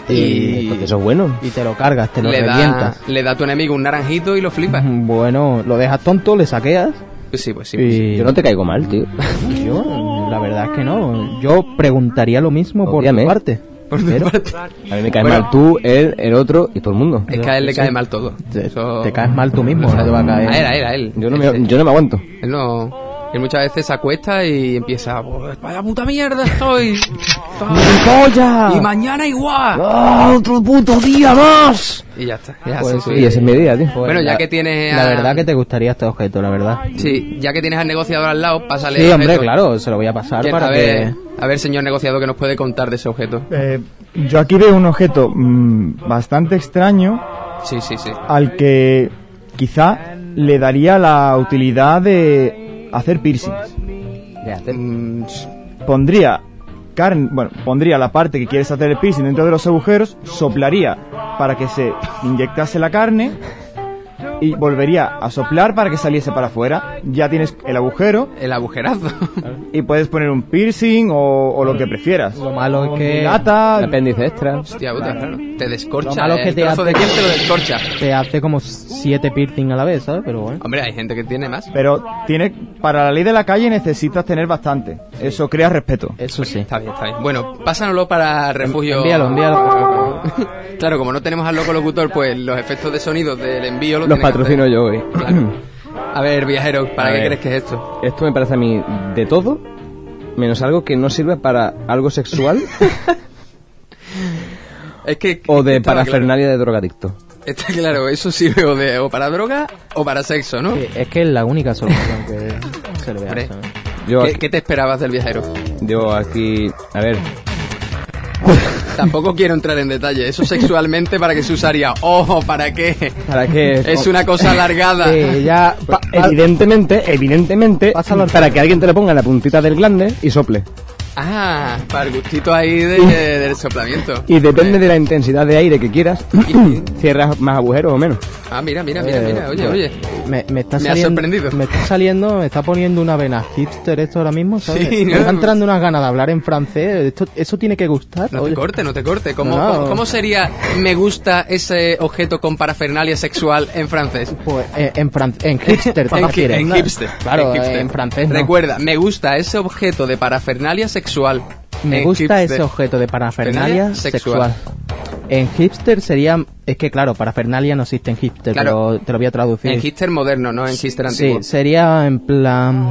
Speaker 4: Y, y eso es bueno.
Speaker 11: Y te lo cargas, te lo le revientas.
Speaker 1: Da, le da a tu enemigo un naranjito y lo flipas.
Speaker 11: Bueno, lo dejas tonto, le saqueas.
Speaker 1: Sí, pues sí, pues sí.
Speaker 4: Yo no te caigo mal, tío.
Speaker 11: Yo, la verdad es que no. Yo preguntaría lo mismo Obviamente. por tu parte.
Speaker 1: Por tu
Speaker 4: pero...
Speaker 1: parte.
Speaker 4: A mí me cae bueno. mal tú, él, el otro y todo el mundo.
Speaker 1: Es que a él le cae mal todo.
Speaker 11: Te, Eso... te caes mal eh. tú mismo. No,
Speaker 1: te va a, caer. a él, a él, a él.
Speaker 4: Yo no, me, yo no me aguanto.
Speaker 1: Él no... Él muchas veces se acuesta y empieza, "Pues vaya puta mierda estoy.
Speaker 11: polla!
Speaker 1: Y mañana igual.
Speaker 11: ¡Oh, otro puto día más.
Speaker 1: Y ya está. Ya
Speaker 4: pues sí, y ese es mi día, tío.
Speaker 1: Pues bueno, ya la, que tienes...
Speaker 11: A... La verdad que te gustaría este objeto, la verdad.
Speaker 1: Sí, ya que tienes al negociador al lado, pásale...
Speaker 11: Sí, hombre, claro, se lo voy a pasar para
Speaker 1: a
Speaker 11: ver,
Speaker 1: que... A ver, señor negociador, que nos puede contar de ese objeto?
Speaker 5: Eh, yo aquí veo un objeto mmm, bastante extraño.
Speaker 1: Sí, sí, sí.
Speaker 5: Al que quizá le daría la utilidad de hacer piercings.
Speaker 1: De hacer... Mm,
Speaker 5: pondría carne, bueno, pondría la parte que quieres hacer el piercing dentro de los agujeros, soplaría para que se inyectase la carne y volvería a soplar para que saliese para afuera. Ya tienes el agujero.
Speaker 1: El agujerazo.
Speaker 5: Y puedes poner un piercing o, o lo que prefieras.
Speaker 11: Lo malo es que...
Speaker 5: Lata.
Speaker 4: El apéndice extra.
Speaker 1: Hostia, puta, claro. Te descorcha. Lo malo es que el te hace... de quién te lo descorcha.
Speaker 11: Te hace como siete piercing a la vez, ¿sabes? Pero bueno.
Speaker 1: Hombre, hay gente que tiene más.
Speaker 5: Pero tiene... Para la ley de la calle necesitas tener bastante. Sí. Eso crea respeto.
Speaker 11: Eso sí.
Speaker 1: Está bien, está bien. Bueno, pásanoslo para el refugio...
Speaker 11: Envíalo, envíalo.
Speaker 1: claro, como no tenemos al loco locutor, pues los efectos de sonido del envío
Speaker 4: los patrocino yo eh, hoy.
Speaker 1: Claro. A ver, viajero, ¿para a qué ver. crees que es esto?
Speaker 4: Esto me parece a mí de todo, menos algo que no sirve para algo sexual.
Speaker 1: es que,
Speaker 4: o de parafernalia claro. de drogadicto.
Speaker 1: Está claro, eso sirve o, de, o para droga o para sexo, ¿no?
Speaker 11: Sí, es que es la única solución que se le vea.
Speaker 1: Hombre, yo ¿Qué, aquí, ¿Qué te esperabas del viajero?
Speaker 4: Yo aquí... A ver...
Speaker 1: Tampoco quiero entrar en detalle. Eso sexualmente, ¿para qué se usaría? Ojo, ¿para qué?
Speaker 5: ¿Para qué?
Speaker 1: Es una cosa alargada.
Speaker 2: Sí, ya.
Speaker 5: Pa- evidentemente, evidentemente,
Speaker 2: Pásalo al-
Speaker 5: para que alguien te le ponga en la puntita del glande y sople.
Speaker 1: Ah, para el gustito ahí de- de- del soplamiento.
Speaker 5: Y depende de la intensidad de aire que quieras, cierras más agujeros o menos.
Speaker 1: Ah, mira, mira, mira, mira.
Speaker 2: Eh,
Speaker 1: Oye, oye.
Speaker 2: Me, me está
Speaker 1: Me ha
Speaker 2: saliendo,
Speaker 1: sorprendido.
Speaker 2: Me está saliendo, me está poniendo una vena hipster esto ahora mismo, ¿sabes?
Speaker 1: Sí,
Speaker 2: me
Speaker 1: ¿no?
Speaker 2: está entrando unas ganas de hablar en francés. Esto, eso tiene que gustar.
Speaker 1: No te
Speaker 2: oye.
Speaker 1: corte, no te corte. ¿Cómo,
Speaker 2: No, no.
Speaker 1: cómo- cómo sería me gusta ese objeto con parafernalia sexual en francés?
Speaker 2: Pues eh, en, fran- en hipster, te
Speaker 1: En, hi-
Speaker 2: refieres.
Speaker 1: en
Speaker 2: ¿no?
Speaker 1: hipster.
Speaker 2: Claro,
Speaker 1: en
Speaker 2: en,
Speaker 1: hipster.
Speaker 2: francés. no.
Speaker 1: Recuerda, me gusta ese objeto de parafernalia sexual.
Speaker 2: Me
Speaker 1: en
Speaker 2: gusta
Speaker 1: hipster.
Speaker 2: ese objeto de parafernalia
Speaker 1: Fernalia sexual.
Speaker 2: sexual. En hipster sería. Es que claro, parafernalia no existe en hipster,
Speaker 1: Claro.
Speaker 2: pero te lo voy a traducir.
Speaker 1: En hipster moderno, no en hipster antiguo.
Speaker 2: Sí, sería en plan.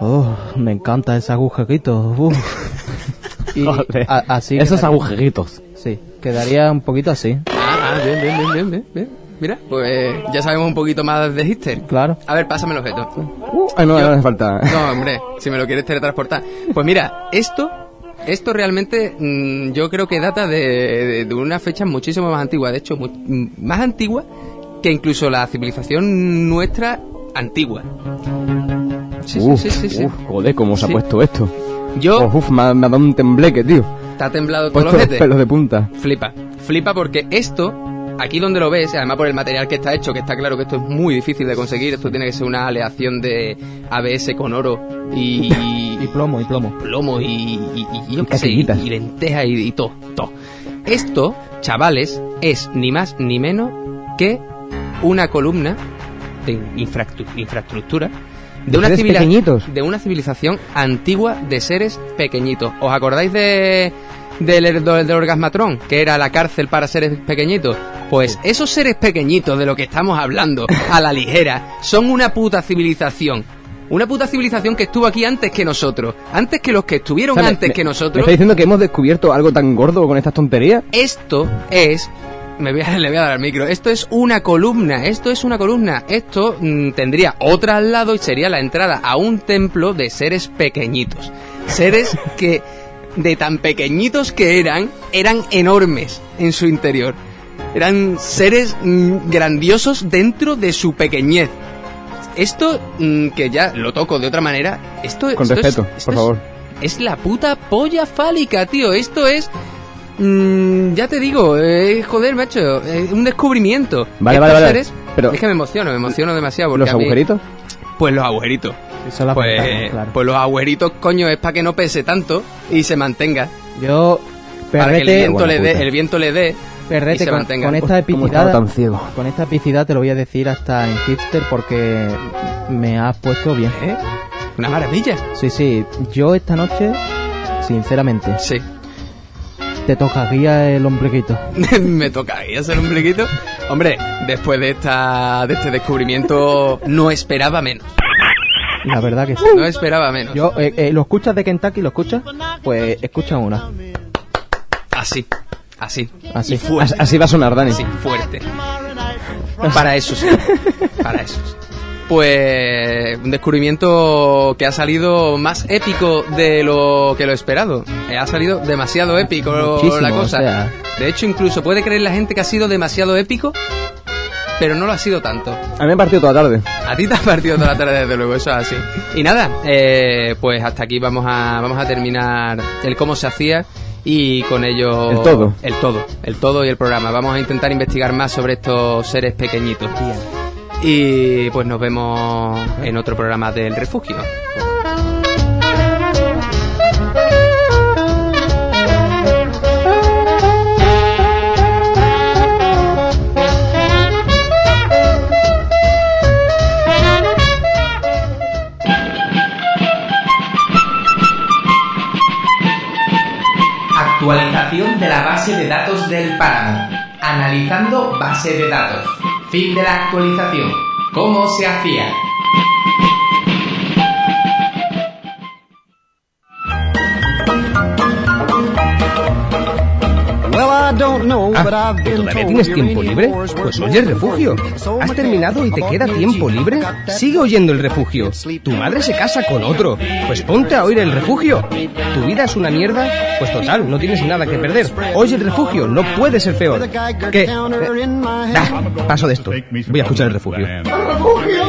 Speaker 2: Oh, me encanta ese agujerito. uf". Y a- así.
Speaker 13: Esos
Speaker 2: quedaría-
Speaker 13: agujeritos.
Speaker 2: Sí, quedaría un poquito así.
Speaker 1: Ah, ah, bien, bien, bien, bien, bien, bien. Mira, pues ya sabemos un poquito más de hipster.
Speaker 2: Claro.
Speaker 1: A ver, pásame el objeto.
Speaker 5: Ah, no,
Speaker 1: Yo-
Speaker 5: no hace falta.
Speaker 1: No, hombre, si me lo quieres teletransportar. Pues mira, esto, esto realmente mm, yo creo que data de, de- de una fecha muchísimo más antigua, de hecho, mu- mm, más antigua que incluso la civilización nuestra antigua. Sí, sí,
Speaker 5: Uf,
Speaker 1: sí, sí, sí.
Speaker 5: uf, joder, cómo se
Speaker 1: Sí.
Speaker 5: ha puesto esto.
Speaker 1: Yo,
Speaker 5: Oh, uf, me, ha me ha dado un tembleque, tío.
Speaker 1: te ha temblado todo
Speaker 5: Puesto
Speaker 1: los
Speaker 5: los
Speaker 1: ojete.
Speaker 5: pelos de punta.
Speaker 1: Flipa, flipa porque esto, aquí donde lo ves, además por el material que está hecho, que está claro que esto es muy difícil de conseguir, esto tiene que ser una aleación de ABS con oro y,
Speaker 2: Y plomo, y plomo.
Speaker 1: plomo y, y, y- y yo qué sé, y,
Speaker 5: Caquillitas.
Speaker 1: y lenteja y, y todo, todo. Esto, chavales, es ni más ni menos que una columna de infractu- infraestructura de una,
Speaker 5: seres
Speaker 1: civila-
Speaker 5: pequeñitos.
Speaker 1: de una civilización antigua de seres pequeñitos. ¿Os acordáis de del, del, del orgasmatrón, que era la cárcel para seres pequeñitos? Pues esos seres pequeñitos de lo que estamos hablando a la ligera son una puta civilización. Una puta civilización que estuvo aquí antes que nosotros, antes que los que estuvieron
Speaker 5: ¿Sabes?
Speaker 1: antes
Speaker 5: Me-
Speaker 1: que
Speaker 5: ¿Me
Speaker 1: nosotros.
Speaker 5: está diciendo que hemos descubierto algo tan gordo con estas tonterías?
Speaker 1: Esto es. Me voy a, le voy a dar al micro. Esto es una columna. Esto es una columna. Esto mm, tendría otra al lado y sería la entrada a un templo de seres pequeñitos. Seres que, de tan pequeñitos que eran, eran enormes en su interior. Eran seres mm, grandiosos dentro de su pequeñez. Esto, mm, que ya lo toco de otra manera, esto,
Speaker 5: Con
Speaker 1: esto es-
Speaker 5: respeto, por
Speaker 1: esto es-
Speaker 5: favor.
Speaker 1: Es la puta polla fálica, tío. Esto es... Mm, ya te digo, eh, joder, macho, eh, un descubrimiento.
Speaker 5: Vale,
Speaker 1: Estos
Speaker 5: vale, vale,
Speaker 1: seres-
Speaker 5: pero-
Speaker 1: es que me emociono, me emociono demasiado. Porque
Speaker 5: ¿Los
Speaker 1: a mí-
Speaker 5: agujeritos?
Speaker 1: pues los agujeritos.
Speaker 2: Eso lo
Speaker 1: Pues,
Speaker 2: apuntamos, claro.
Speaker 1: pues los agujeritos, coño, es para que no pese tanto y se mantenga.
Speaker 2: Yo.
Speaker 1: pues, para que el
Speaker 2: Perrete,
Speaker 1: viento,
Speaker 5: Buena
Speaker 1: le dé,
Speaker 5: puta.
Speaker 1: el viento le dé. y
Speaker 2: perrete
Speaker 1: se
Speaker 2: con,
Speaker 1: mantenga.
Speaker 2: con esta
Speaker 5: ¿Cómo estaba
Speaker 2: epicidad.
Speaker 5: tan ciego?
Speaker 2: Con esta epicidad te lo voy a decir hasta en hipster porque me has puesto bien.
Speaker 1: ¿Eh? Una maravilla.
Speaker 2: Sí, sí, yo esta noche, sinceramente,
Speaker 1: Sí.
Speaker 2: te tocaría el ombliguito.
Speaker 1: me tocaría hacer un briquito. Hombre, después de esta de este descubrimiento no esperaba menos.
Speaker 2: La verdad que sí.
Speaker 1: No esperaba menos.
Speaker 2: Yo, eh, eh, ¿lo escuchas de Kentucky? ¿Lo escuchas? Pues escucha una.
Speaker 1: Así. Así.
Speaker 2: Así.
Speaker 1: Y fuerte.
Speaker 5: As- Así va a sonar, Dani.
Speaker 1: Así, fuerte. Para eso sí. Para eso sí. Pues un descubrimiento que ha salido más épico de lo que lo esperado. Eh, Ha salido demasiado épico
Speaker 2: Muchísimo,
Speaker 1: la
Speaker 2: o
Speaker 1: cosa.
Speaker 2: sea.
Speaker 1: De hecho, incluso puede creer la gente que ha sido demasiado épico, pero no lo ha sido tanto.
Speaker 5: A mí me ha partido toda la tarde.
Speaker 1: A ti te has partido toda la tarde, desde luego, eso es así. Y nada, eh, pues hasta aquí vamos a, vamos a terminar el cómo se hacía y con ello...
Speaker 5: El todo.
Speaker 1: El todo, el todo y el programa. Vamos a intentar investigar más sobre estos seres pequeñitos. Y pues nos vemos en otro programa del refugio. Actualización de la base de datos del páramo. Analizando base de datos. Fin de la actualización. ¿Cómo se hacía?
Speaker 14: Well, I don't
Speaker 3: Ah, ¿que todavía tienes tiempo libre? Pues oye el refugio. ¿Has terminado y te queda tiempo libre? Sigue oyendo el refugio. Tu madre se casa con otro. Pues ponte a oír el refugio. ¿Tu vida es una mierda? Pues total, no tienes nada que perder. Oye el refugio, no puede ser peor. ¿Qué? Ah, paso de esto. Voy a escuchar el refugio. ¡El refugio!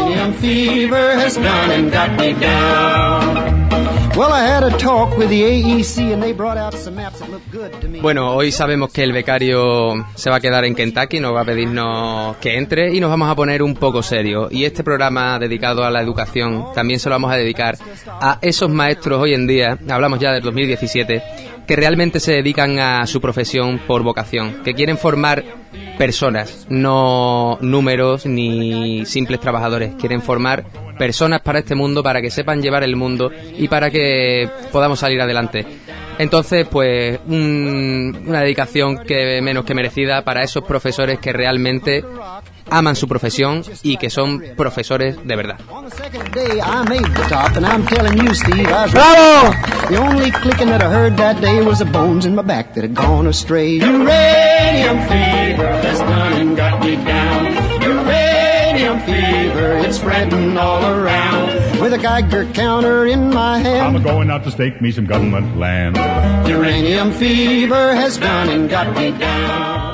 Speaker 1: Bueno, hoy sabemos que el becario se va a quedar en Kentucky, nos va a pedirnos que entre y nos vamos a poner un poco serio. Y este programa dedicado a la educación también se lo vamos a dedicar a esos maestros hoy en día, hablamos ya del 2017, que realmente se dedican a su profesión por vocación, que quieren formar personas, no números ni simples trabajadores, quieren formar personas para este mundo, para que sepan llevar el mundo y para que podamos salir adelante. Entonces, pues un, una dedicación que menos que merecida para esos profesores que realmente aman su profesión y que son profesores de verdad.
Speaker 15: ¡Bravo! fever, it's spreading all around. With a Geiger counter in my hand,
Speaker 16: I'm going out to stake me some government land.
Speaker 15: Uranium fever has done and got me down.